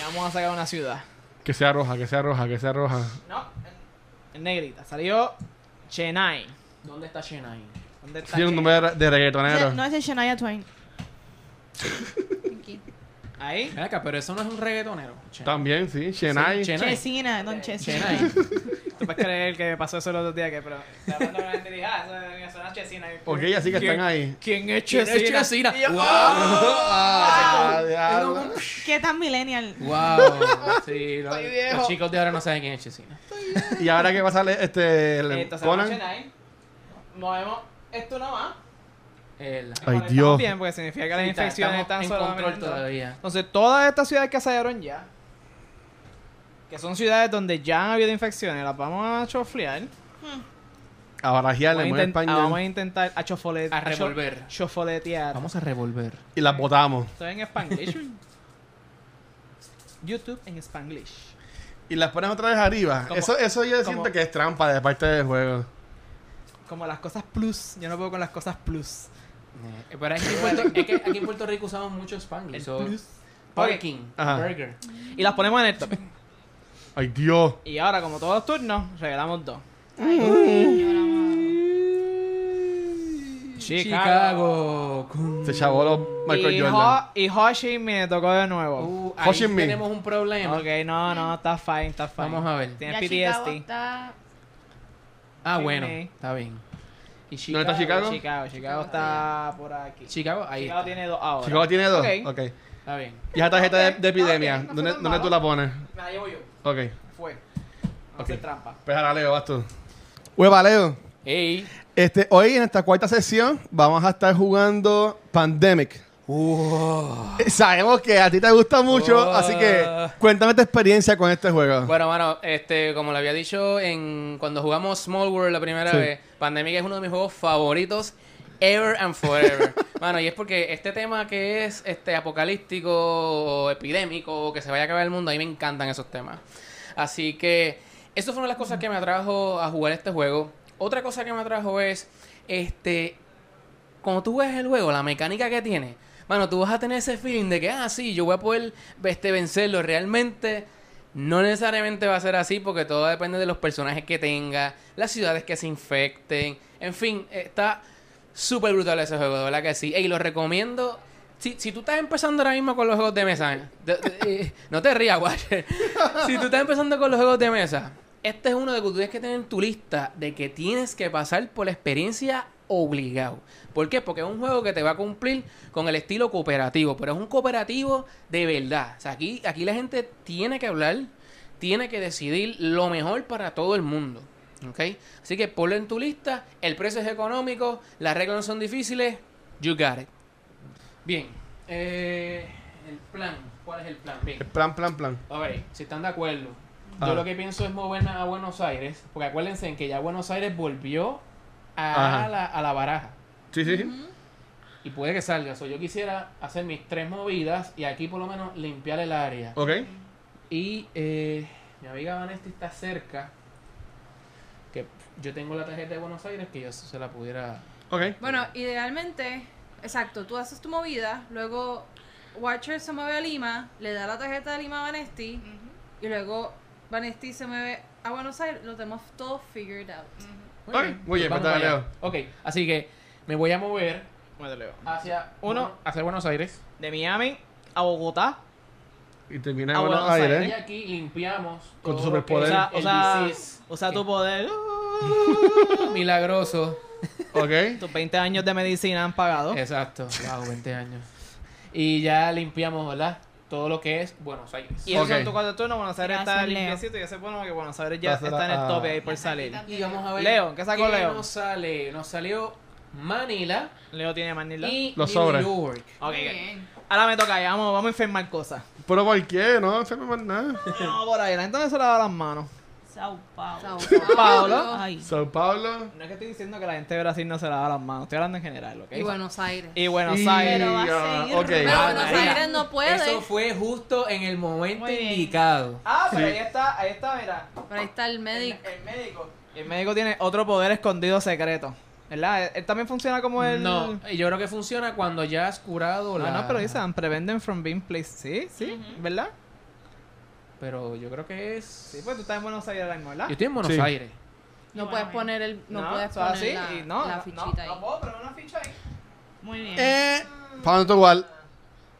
Speaker 5: Y vamos a sacar una ciudad.
Speaker 2: Que sea roja, que sea roja, que sea roja.
Speaker 5: No, en- en negrita. Salió Chennai.
Speaker 1: ¿Dónde está Chennai?
Speaker 5: ¿Dónde está
Speaker 2: Tiene un
Speaker 5: Chennai?
Speaker 2: nombre de- de reggaetonero.
Speaker 6: No es el Shania Twain.
Speaker 4: Aquí.
Speaker 5: Ahí.
Speaker 1: Ven acá, pero eso no es un reggaetonero. Chennai.
Speaker 2: También, sí, Chennai.
Speaker 1: Chennai.
Speaker 6: Chesina, don Chesina.
Speaker 5: *laughs*
Speaker 1: Chennai.
Speaker 5: Tú puedes creer que me pasó eso el otro día, que pero... Estaba hablando con la gente y dije, ah, eso me suena a Chesina.
Speaker 2: Ok, así que están
Speaker 5: *laughs*
Speaker 2: ahí.
Speaker 5: ¿Quién es
Speaker 1: ¿Quién es
Speaker 5: Chesina?
Speaker 1: Chesina?
Speaker 5: Y yo,
Speaker 1: Wow.
Speaker 2: Ah, diablo.
Speaker 6: *laughs* ¿Qué tan millennial?
Speaker 1: Wow, sí, no,
Speaker 5: Estoy viejo.
Speaker 1: los chicos de ahora no saben quién es Chesina.
Speaker 2: Y ahora que va a salir este el
Speaker 5: Entonces, vamos a
Speaker 2: Conan.
Speaker 5: Chennai. Movemos esto nomás.
Speaker 1: El,
Speaker 2: Ay,
Speaker 5: Conectamos
Speaker 2: Dios.
Speaker 5: bien, porque significa que las
Speaker 1: Sí, está-
Speaker 5: infecciones están
Speaker 1: estamos
Speaker 5: solo
Speaker 1: en control todavía.
Speaker 5: Entonces, todas estas ciudades que asallaron ya, que son ciudades donde ya han habido infecciones, las vamos a choflear.
Speaker 2: Ahora
Speaker 5: Vamos a
Speaker 2: giale en
Speaker 5: intent- ah, vamos a
Speaker 2: español.
Speaker 5: intentar a chofoletear.
Speaker 1: A revolver.
Speaker 5: Chofoletear.
Speaker 1: Vamos a revolver.
Speaker 2: Y las botamos.
Speaker 5: Estoy en Spanglish. *laughs* YouTube en Spanglish.
Speaker 2: Y las pones otra vez arriba.
Speaker 5: Como-
Speaker 2: Eso, eso yo
Speaker 5: como-
Speaker 2: siento que es trampa de parte del juego.
Speaker 5: Como las cosas plus. Yo no puedo con las cosas plus. *laughs*
Speaker 1: Eh, pero aquí en, Puerto, es que aquí en Puerto Rico usamos mucho Spanglish.
Speaker 5: El
Speaker 1: so,
Speaker 5: plus.
Speaker 1: Parking.
Speaker 2: Ajá.
Speaker 1: Burger.
Speaker 5: Y las ponemos en el top.
Speaker 2: Ay, Dios.
Speaker 5: Y ahora, como todos los turnos, regalamos dos.
Speaker 1: Chicago. Con-
Speaker 2: Se chavó los Este Michael
Speaker 5: y,
Speaker 2: Jordan.
Speaker 5: Ho- y Hoshi me tocó de nuevo.
Speaker 1: Uh,
Speaker 2: Ho
Speaker 1: ahí
Speaker 2: Chi Minh.
Speaker 1: tenemos un problema.
Speaker 5: ok, no, no, está fine, está fine.
Speaker 1: Vamos a ver.
Speaker 5: Tienes
Speaker 6: Ya Chicago
Speaker 5: PTSD.
Speaker 6: está-
Speaker 1: Ah,
Speaker 5: Chi
Speaker 1: bueno.
Speaker 5: Minh.
Speaker 1: Está bien. ¿Y
Speaker 2: ¿Dónde está Chicago?
Speaker 5: Chicago, Chicago está por aquí.
Speaker 1: Chicago, ahí
Speaker 5: Chicago
Speaker 1: está.
Speaker 5: tiene dos ahora.
Speaker 2: Chicago tiene dos.
Speaker 5: Ok.
Speaker 2: Ok.
Speaker 1: Está bien.
Speaker 2: Y esa tarjeta de, de
Speaker 5: Ok,
Speaker 2: epidemia,
Speaker 5: ok, no fue
Speaker 2: ¿dónde,
Speaker 5: tan
Speaker 2: dónde tú
Speaker 5: malo.
Speaker 2: la pones?
Speaker 5: Me la llevo yo.
Speaker 2: Ok.
Speaker 5: Fue. No
Speaker 2: Ok.
Speaker 5: hace trampa.
Speaker 2: Pues ahora Leo, vas tú. Hueva, Leo.
Speaker 1: Ey.
Speaker 2: Este, hoy en esta cuarta sesión vamos a estar jugando Pandemic. Eh, Sabemos que a ti te gusta mucho,
Speaker 7: Oh.
Speaker 2: así que cuéntame tu experiencia con este juego.
Speaker 7: Bueno, mano, este, como le había dicho en cuando jugamos Small World la primera
Speaker 2: Sí.
Speaker 7: vez, Pandemic es uno de mis juegos favoritos ever and forever. mano, y es porque este tema que es este apocalíptico, o epidémico, o que se vaya a acabar el mundo, a mí me encantan esos temas. Así que eso fue una de las cosas que me atrajo a jugar este juego. Otra cosa que me atrajo es este cuando tú ves el juego, la mecánica que tiene, mano, tú vas a tener ese feeling de que, ah, sí, yo voy a poder este, vencerlo. Realmente, no necesariamente va a ser así, porque todo depende de los personajes que tenga, las ciudades que se infecten. En fin, está súper brutal ese juego, de verdad que sí. Y lo recomiendo. Si, si tú estás empezando ahora mismo con los juegos de mesa, de- de- eh, no te rías, *laughs* Watcher. Si tú estás empezando con los juegos de mesa, este es uno de que tú tienes que tener en tu lista de que tienes que pasar por la experiencia obligado. ¿Por qué? Porque es un juego que te va a cumplir con el estilo cooperativo, pero es un cooperativo de verdad. O sea, aquí, aquí la gente tiene que hablar, tiene que decidir lo mejor para todo el mundo. ¿ok? Así que ponlo en tu lista, el precio es económico, las reglas no son difíciles, you got it.
Speaker 1: Bien. Eh, el plan. ¿Cuál es el plan? Bien.
Speaker 2: El plan, plan, plan.
Speaker 1: A ver, si están de acuerdo.
Speaker 2: Ah.
Speaker 1: Yo lo que pienso es movernos a Buenos Aires. Porque acuérdense en que ya Buenos Aires volvió a
Speaker 2: Ajá.
Speaker 1: la, a la baraja.
Speaker 2: Sí, sí, sí.
Speaker 1: Y puede que salga. So, yo quisiera hacer mis tres movidas y aquí por lo menos limpiar el área.
Speaker 2: Ok.
Speaker 1: Y eh, mi amiga Vanesti está cerca. Que yo tengo la tarjeta de Buenos Aires que yo se la pudiera.
Speaker 2: Ok.
Speaker 4: Bueno, idealmente, exacto, tú haces tu movida, luego Watcher se mueve a Lima, le da la tarjeta de Lima a Vanesti y luego Vanesti se mueve a Buenos Aires, lo tenemos todo figured out.
Speaker 1: Muy
Speaker 2: Ok, muy
Speaker 1: vamos
Speaker 2: bien, pues,
Speaker 1: para
Speaker 2: dale,
Speaker 1: allá. Ok, así que me voy a mover
Speaker 5: Bueno, Leo.
Speaker 1: hacia.
Speaker 5: Uno.
Speaker 1: Bueno, hacia Buenos Aires.
Speaker 5: De Miami a Bogotá.
Speaker 2: Y termina
Speaker 5: Ah,
Speaker 2: en Buenos
Speaker 5: Buenos
Speaker 2: Aires.
Speaker 1: Y aquí limpiamos.
Speaker 2: Con tu
Speaker 1: todo lo que
Speaker 5: O
Speaker 2: superpoder.
Speaker 5: sea,
Speaker 1: es
Speaker 5: o
Speaker 1: el
Speaker 5: sea,
Speaker 1: disease.
Speaker 5: o sea, tu poder.
Speaker 1: *laughs* Milagroso.
Speaker 2: Ok.
Speaker 5: Tus 20 años de medicina han pagado.
Speaker 1: Exacto. Wow, 20 años. Y ya limpiamos, ¿verdad? Todo lo que es Buenos Aires.
Speaker 5: Y esos
Speaker 2: Ok.
Speaker 5: son tus cuatro turnos. Buenos Aires está
Speaker 6: Gracias, Leo.
Speaker 5: limpiecito. Y ya se pone que Buenos Aires ya
Speaker 2: Pásala
Speaker 5: está en
Speaker 2: a-
Speaker 5: el tope ahí por salir.
Speaker 1: Y vamos a ver.
Speaker 5: Leo, ¿qué sacó Leo?
Speaker 1: nos sale? Nos salió Manila
Speaker 5: Leo tiene Manila.
Speaker 1: y
Speaker 2: Los
Speaker 1: New
Speaker 2: sobres.
Speaker 1: York.
Speaker 5: Ok,
Speaker 6: Muy
Speaker 5: ok.
Speaker 6: bien.
Speaker 5: ahora me toca. Ya vamos, vamos a enfermar cosas.
Speaker 2: Pero por qué, no enferme más nada.
Speaker 5: No, por ahí. La gente no se lava las manos.
Speaker 3: Sao Paulo.
Speaker 5: *laughs* Pablo.
Speaker 3: Ay.
Speaker 2: Sao Paulo.
Speaker 5: No es que estoy diciendo que la gente de Brasil no se lava las manos. Estoy hablando en general, ¿ok?
Speaker 4: Y Buenos Aires.
Speaker 5: Y Buenos
Speaker 2: Y-
Speaker 5: Aires.
Speaker 3: Pero va
Speaker 2: ah,
Speaker 3: a seguir.
Speaker 2: ok.
Speaker 4: Pero
Speaker 1: Ah,
Speaker 4: Buenos
Speaker 1: María.
Speaker 4: Aires no puede.
Speaker 1: Eso fue justo en el momento
Speaker 6: Muy bien.
Speaker 1: indicado.
Speaker 5: Ah, pero
Speaker 2: Sí.
Speaker 5: ahí está, ahí está, mira.
Speaker 4: Pero ahí está el médico.
Speaker 5: El médico. El médico tiene otro poder escondido secreto. ¿Verdad? Él, él también funciona como el.
Speaker 1: No, yo creo que funciona cuando ya has curado
Speaker 5: Ah,
Speaker 1: la...
Speaker 5: no, pero dicen, prevenden from being placed. Sí, sí, ¿verdad?
Speaker 1: Pero yo creo que es...
Speaker 5: Sí, pues ah. tú estás en Buenos Aires ahora mismo, ¿verdad?
Speaker 1: Yo estoy en Buenos
Speaker 2: Sí.
Speaker 1: Aires.
Speaker 4: No
Speaker 6: Bueno,
Speaker 4: puedes
Speaker 6: bien.
Speaker 4: poner el, no, puedes
Speaker 5: eso es
Speaker 4: poner
Speaker 5: así,
Speaker 4: la,
Speaker 5: y no,
Speaker 4: la
Speaker 5: no,
Speaker 4: fichita
Speaker 5: no,
Speaker 4: ahí.
Speaker 5: No puedo poner una ficha ahí.
Speaker 6: Muy bien.
Speaker 2: Eh. Pablo, tú igual.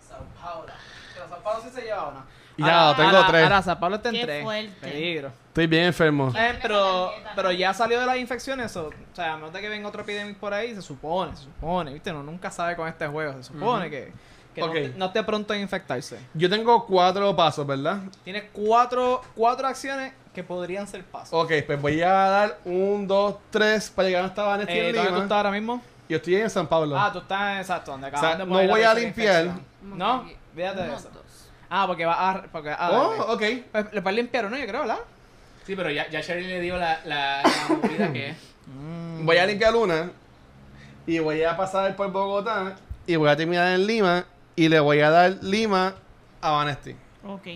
Speaker 5: Sao Paulo. Pero Sao Paulo sí se lleva o no.
Speaker 2: Y ya,
Speaker 5: Ahora-
Speaker 2: tengo
Speaker 5: ahora-
Speaker 2: tres.
Speaker 5: Ahora Sao Paulo está en
Speaker 6: Qué
Speaker 5: tres.
Speaker 6: fuerte.
Speaker 5: Peligro.
Speaker 2: Estoy bien enfermo.
Speaker 5: Eh, pero, pero ya salió de las infecciones, o, o sea, a menos de que venga otro epidemia por ahí, se supone, se supone, ¿viste? Uno nunca sabe con este juego, se supone que, que no
Speaker 2: Ok.
Speaker 5: te- no, esté pronto en infectarse.
Speaker 2: Yo tengo cuatro pasos, ¿verdad?
Speaker 5: Tienes cuatro, cuatro acciones que podrían ser pasos.
Speaker 2: Ok, pues voy a dar un, dos, tres para llegar hasta Vanessa
Speaker 5: Eh,
Speaker 2: en
Speaker 5: ¿Dónde tú
Speaker 2: Lima.
Speaker 5: estás ahora mismo?
Speaker 2: Yo estoy en San Pablo.
Speaker 5: Ah, tú estás exacto, donde
Speaker 2: sea,
Speaker 5: acaban de
Speaker 2: no
Speaker 5: poner la
Speaker 2: voy a
Speaker 5: tercera
Speaker 2: limpiar.
Speaker 5: infección. No, fíjate de
Speaker 4: Uno,
Speaker 5: eso.
Speaker 4: dos.
Speaker 5: Ah, porque va a... Porque, ah, dale.
Speaker 2: oh, ok.
Speaker 5: Pues, Le puedes limpiar uno, yo creo, ¿verdad?
Speaker 1: Sí, pero ya, ya Sherry le dio la, la, la movida que es.
Speaker 2: Voy a limpiar una y voy a pasar por Bogotá y voy a terminar en Lima y le voy a dar Lima a Vanesti.
Speaker 6: Ok.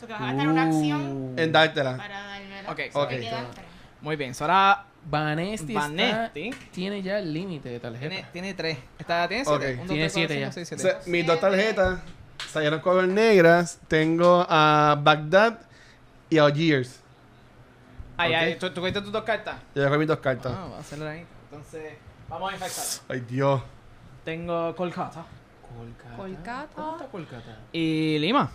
Speaker 6: So que vas a gastar una acción
Speaker 2: En dártela.
Speaker 6: para darme la
Speaker 5: Ok,
Speaker 6: so que
Speaker 2: ok.
Speaker 6: quedan tres.
Speaker 5: Muy bien, so ahora
Speaker 1: Vanesti, Este está-
Speaker 5: Vanesti
Speaker 1: tiene ya el límite de tarjeta.
Speaker 5: tiene, tiene tres. Está, tiene siete.
Speaker 2: Ok.
Speaker 5: Un, dos,
Speaker 1: Tiene
Speaker 5: tres, cuatro,
Speaker 1: siete ya.
Speaker 5: cinco, seis,
Speaker 2: O
Speaker 5: siete.
Speaker 2: sea, mis dos tarjetas Salieron color negras. Tengo a Bagdad y a Algiers.
Speaker 5: Ay,
Speaker 2: Ok.
Speaker 5: ay, ¿tú, tú cogiste tus dos cartas?
Speaker 2: Yo cogí mis dos cartas.
Speaker 5: Ah, va a hacerlo ahí. Entonces, vamos a infectar.
Speaker 2: Ay, Dios.
Speaker 5: Tengo Kolkata
Speaker 1: Colcata.
Speaker 4: Kolkata.
Speaker 1: ¿Dónde está Colcata?
Speaker 5: y Lima.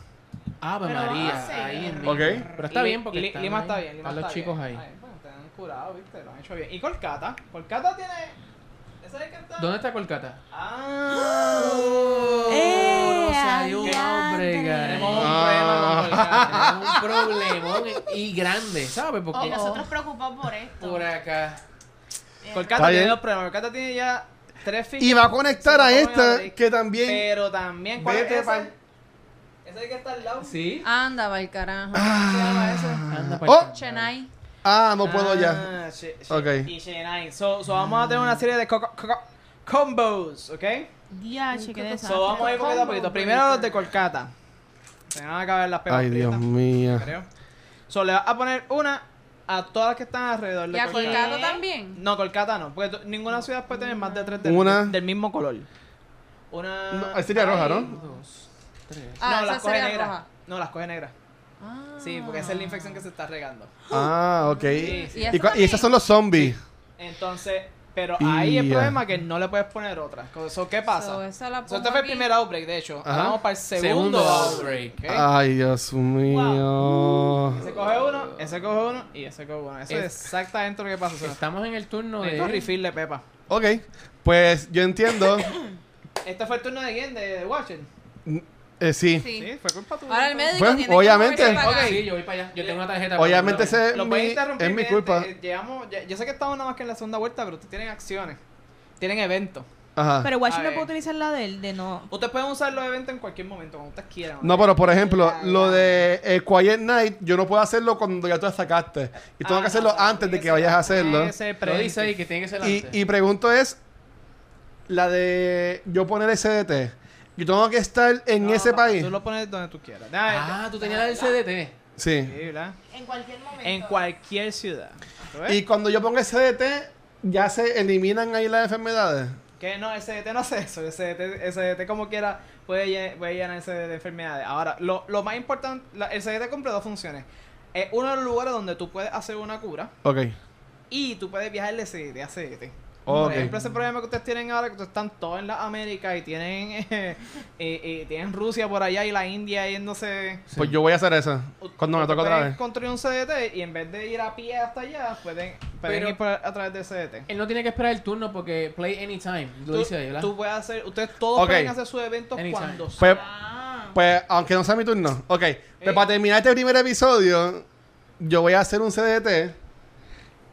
Speaker 1: Ah, Ave
Speaker 6: Pero va a ser.
Speaker 1: María. Ahí en
Speaker 2: Ok.
Speaker 1: Lima. Pero está
Speaker 5: Li-
Speaker 1: bien porque
Speaker 5: Li-
Speaker 1: están
Speaker 5: Lima
Speaker 1: ahí,
Speaker 5: está bien, Lima
Speaker 1: están los
Speaker 5: está
Speaker 1: chicos
Speaker 5: bien.
Speaker 1: ahí.
Speaker 5: Ay, bueno, te han curado, viste, lo han hecho bien. Y Kolkata, Kolkata tiene... ¿Ese es el que está?
Speaker 1: ¿Dónde está Colcata?
Speaker 5: Ah,
Speaker 1: ¡Eh! Rosario
Speaker 6: ¡Eh,
Speaker 1: Ábrega.
Speaker 5: tenemos
Speaker 1: Tenemos
Speaker 5: un
Speaker 2: Ah.
Speaker 1: *laughs*
Speaker 5: problema con
Speaker 1: un *laughs* problemón y grande, ¿sabes? Porque
Speaker 6: Y Oh,
Speaker 3: Oh,
Speaker 6: nosotros preocupados por esto. Eh,
Speaker 1: por acá.
Speaker 5: Kolkata.
Speaker 2: Está
Speaker 5: Kolkata tiene
Speaker 2: bien.
Speaker 5: dos problemas. Kolkata tiene ya tres fichas.
Speaker 2: Y va a conectar a
Speaker 5: Sí,
Speaker 2: esta
Speaker 5: sí.
Speaker 2: que también.
Speaker 5: Pero también, ¿cuál
Speaker 2: Vete
Speaker 5: es
Speaker 2: pa-
Speaker 5: ese? Ese es el que está al lado.
Speaker 1: ¿Sí?
Speaker 4: Anda, va el carajo.
Speaker 2: Ah.
Speaker 5: ¿Qué se llama ese?
Speaker 1: Anda
Speaker 2: Oh.
Speaker 1: para
Speaker 4: Chennai.
Speaker 2: Ah, no puedo ya.
Speaker 5: Ah, she- she-
Speaker 2: Ok.
Speaker 5: Y Shenai. So, so vamos a tener una serie de co- co- co- combos, ¿ok?
Speaker 6: Diache, qué desastre.
Speaker 5: So vamos a ir poquito a poquito. Primero los de Kolkata. Se van a acabar las pepas
Speaker 2: Ay, Dios
Speaker 5: prietas,
Speaker 2: mío.
Speaker 5: creo. So le vas a poner una a todas las que están alrededor de
Speaker 4: ¿Y a
Speaker 5: Kolkata.
Speaker 4: Kolkata también?
Speaker 5: No, Kolkata no, porque tú- ninguna ciudad puede tener más de tres del,
Speaker 2: Una.
Speaker 5: del mismo color. Una.
Speaker 2: No, ahí sería roja, ¿no?
Speaker 1: Dos, tres.
Speaker 4: Ah,
Speaker 5: no,
Speaker 4: esa
Speaker 5: las coge
Speaker 4: sería
Speaker 5: negras.
Speaker 4: roja.
Speaker 5: No, las coge negras.
Speaker 4: Ah.
Speaker 5: Sí, porque esa es la infección que se está regando.
Speaker 2: Ah, ok.
Speaker 5: Sí, sí.
Speaker 2: Y,
Speaker 4: Y
Speaker 2: cua-
Speaker 4: esta
Speaker 2: y esas son los zombies.
Speaker 5: Entonces, pero ahí el
Speaker 2: Ya.
Speaker 5: problema es que no le puedes poner otra. So, ¿Qué pasa?
Speaker 4: So, esa la
Speaker 5: So,
Speaker 4: pongo
Speaker 5: este fue el
Speaker 4: aquí.
Speaker 5: primer outbreak, de hecho. Ahora
Speaker 2: Ajá. Ah.
Speaker 5: vamos para el
Speaker 1: Segundo
Speaker 5: segundo, outbreak.
Speaker 1: outbreak.
Speaker 5: ¿ok?
Speaker 2: Ay, Dios mío.
Speaker 5: Ese coge uno, ese coge uno y ese coge uno. Eso es, exactamente lo que pasa. So,
Speaker 1: Estamos en el turno
Speaker 5: necesito un
Speaker 1: de.
Speaker 5: refill de Pepa.
Speaker 2: Ok. Pues yo
Speaker 5: *laughs*
Speaker 2: entiendo.
Speaker 5: Este fue el turno de quién? De, de Watcher.
Speaker 2: Eh, sí.
Speaker 4: Sí.
Speaker 5: Sí, fue culpa tuya.
Speaker 4: Ahora el médico
Speaker 2: Bueno,
Speaker 4: tiene que
Speaker 2: Pues, obviamente.
Speaker 4: moverse para acá.
Speaker 1: Sí, yo voy para allá. Yo tengo una tarjeta.
Speaker 2: Obviamente
Speaker 1: se
Speaker 2: ese es
Speaker 5: Lo
Speaker 2: mi,
Speaker 5: puedes interrumpir.
Speaker 2: es mi
Speaker 5: gente.
Speaker 2: culpa.
Speaker 5: Eh, Llegamos, ya- yo sé que estamos nada más que en la segunda vuelta, pero ustedes tienen acciones. Tienen eventos.
Speaker 2: Ajá.
Speaker 3: Pero
Speaker 5: A
Speaker 3: Washington
Speaker 5: ver.
Speaker 3: puede utilizar la de él, de no.
Speaker 5: Ustedes pueden usar los eventos en cualquier momento, cuando ustedes quieran.
Speaker 2: No, pero por ejemplo, lo de eh, Quiet Night, yo no puedo hacerlo cuando ya tú la sacaste. Y tengo
Speaker 5: Ah,
Speaker 2: que hacerlo antes de que vayas a hacerlo.
Speaker 1: Pero dice ahí que tiene que ser
Speaker 2: Y,
Speaker 1: antes.
Speaker 2: y pregunto es, la de yo poner el CDT, yo tengo que estar en ese país.
Speaker 5: Tú lo pones donde tú quieras.
Speaker 1: Ah, tú tenías la del CDT.
Speaker 2: Sí.
Speaker 5: Sí, ¿verdad?
Speaker 6: En cualquier momento.
Speaker 5: En cualquier ciudad. ¿Tú ves?
Speaker 2: Y cuando yo pongo el CDT, ya se eliminan ahí las enfermedades.
Speaker 5: Que no, el CDT no hace eso. El CDT, el CDT como quiera puede, lle- puede llenarse de enfermedades. Ahora, lo, lo más importante, la- el CDT cumple dos funciones. Es uno de los lugares donde tú puedes hacer una cura
Speaker 2: Ok.
Speaker 5: y tú puedes viajar de CDT a CDT.
Speaker 2: Ok.
Speaker 5: Por ejemplo, ese problema que ustedes tienen ahora, que ustedes están todos en las Américas y tienen, *laughs* eh, eh, eh, tienen Rusia por allá y la India yéndose.
Speaker 2: Pues yo voy a hacer eso. Cuando me
Speaker 5: Ustedes
Speaker 2: toque otra
Speaker 5: pueden
Speaker 2: vez.
Speaker 5: construir un CDT y en vez de ir a pie hasta allá, pueden, pueden
Speaker 1: Pero-
Speaker 5: ir por- a través del CDT.
Speaker 1: Él no tiene que esperar el turno porque play anytime. Lo
Speaker 5: Tú-
Speaker 1: dice ahí, ¿verdad?
Speaker 5: Tú puedes hacer, ustedes todos
Speaker 2: Ok.
Speaker 5: pueden hacer sus eventos
Speaker 1: Anytime.
Speaker 5: cuando
Speaker 2: Pues,
Speaker 6: Ah.
Speaker 2: pues, aunque no sea mi turno. Ok.
Speaker 4: Eh.
Speaker 2: Pues para terminar este primer episodio, yo voy a hacer un CDT.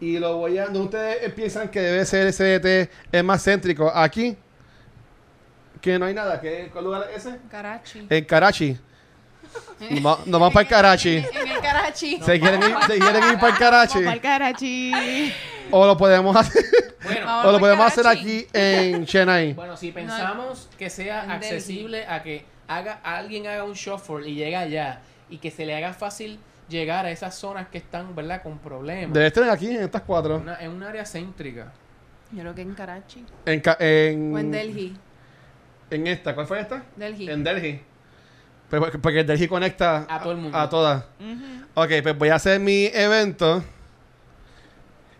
Speaker 2: Y lo voy a. ¿No ustedes piensan que debe ser el CDT es más céntrico? Aquí. Que no hay nada. ¿Qué, ¿Cuál lugar es ese?
Speaker 4: Karachi.
Speaker 2: En
Speaker 4: *laughs*
Speaker 2: Karachi. Nos va- nos Eh, vamos para el Karachi.
Speaker 4: En el Karachi.
Speaker 2: Se quieren ir, se quieren ir para el Karachi.
Speaker 3: Para el Karachi.
Speaker 2: O lo podemos hacer,
Speaker 1: Bueno,
Speaker 4: Vamos
Speaker 2: o lo
Speaker 4: para
Speaker 2: podemos hacer
Speaker 4: Karachi.
Speaker 2: aquí en Chennai.
Speaker 1: bueno, si pensamos que sea
Speaker 4: En Delhi.
Speaker 1: accesible a que haga alguien haga un shuffle y llega allá y que se le haga fácil llegar a esas zonas que están, ¿verdad? Con problemas.
Speaker 2: Debe estar aquí en estas cuatro.
Speaker 1: Una- en un área céntrica.
Speaker 4: Yo creo que en Karachi.
Speaker 2: En, ca- en,
Speaker 4: O en Delhi.
Speaker 2: En esta. ¿Cuál fue esta?
Speaker 4: Delhi.
Speaker 2: Mm. En Delhi. Pues, porque- porque Delhi conecta
Speaker 1: A todo el mundo.
Speaker 2: A, todas. Ok, pues voy a hacer mi evento.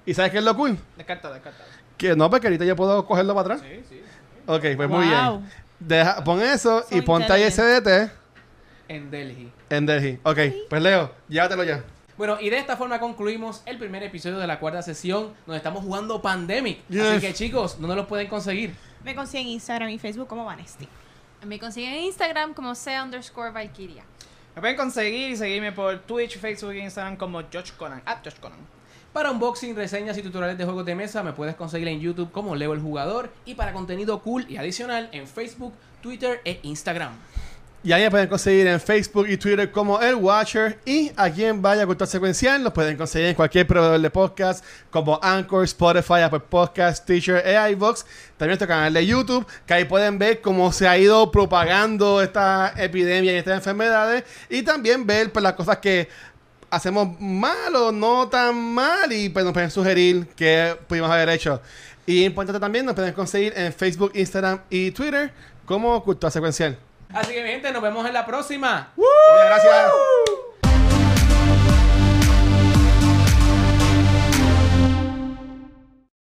Speaker 2: ¿Y sabes qué es lo cool?
Speaker 5: Descarta, descarta.
Speaker 2: Que no, porque ahorita yo puedo cogerlo para atrás.
Speaker 5: Sí, sí.
Speaker 2: Ok, pues muy
Speaker 3: Wow.
Speaker 2: bien. Deja, pon eso y
Speaker 3: Son
Speaker 2: ponte ahí el CDT
Speaker 1: En Delhi.
Speaker 2: en Delhi. Ok, pues Leo, llévatelo ya.
Speaker 1: Bueno, y de esta forma concluimos el primer episodio de la cuarta sesión donde estamos jugando Pandemic. Así
Speaker 2: Yes.
Speaker 1: que chicos, no nos lo pueden conseguir.
Speaker 3: Me consiguen Instagram y Facebook como Vanesti.
Speaker 4: Me consiguen en Instagram como C underscore Valkyria.
Speaker 5: Me pueden conseguir y seguirme por Twitch, Facebook e Instagram como George Conan. At George Conan.
Speaker 1: Para unboxing, reseñas y tutoriales de juegos de mesa me puedes conseguir en YouTube como Leo el Jugador y para contenido cool y adicional en Facebook, Twitter e Instagram.
Speaker 2: Y ahí me pueden conseguir en Facebook y Twitter como El Watcher. Y aquí en Vaya Cultura Secuencial los pueden conseguir en cualquier proveedor de podcast como Anchor, Spotify, Apple Podcast, Teacher e iVoox. También nuestro canal de YouTube, que ahí pueden ver cómo se ha ido propagando esta epidemia y estas enfermedades. Y también ver pues, las cosas que hacemos mal o no tan mal y pues nos pueden sugerir qué pudimos haber hecho. Y importante también nos pueden conseguir en Facebook, Instagram y Twitter como Cultura Secuencial.
Speaker 1: Así que, mi gente, nos vemos en la próxima.
Speaker 2: Muchas gracias.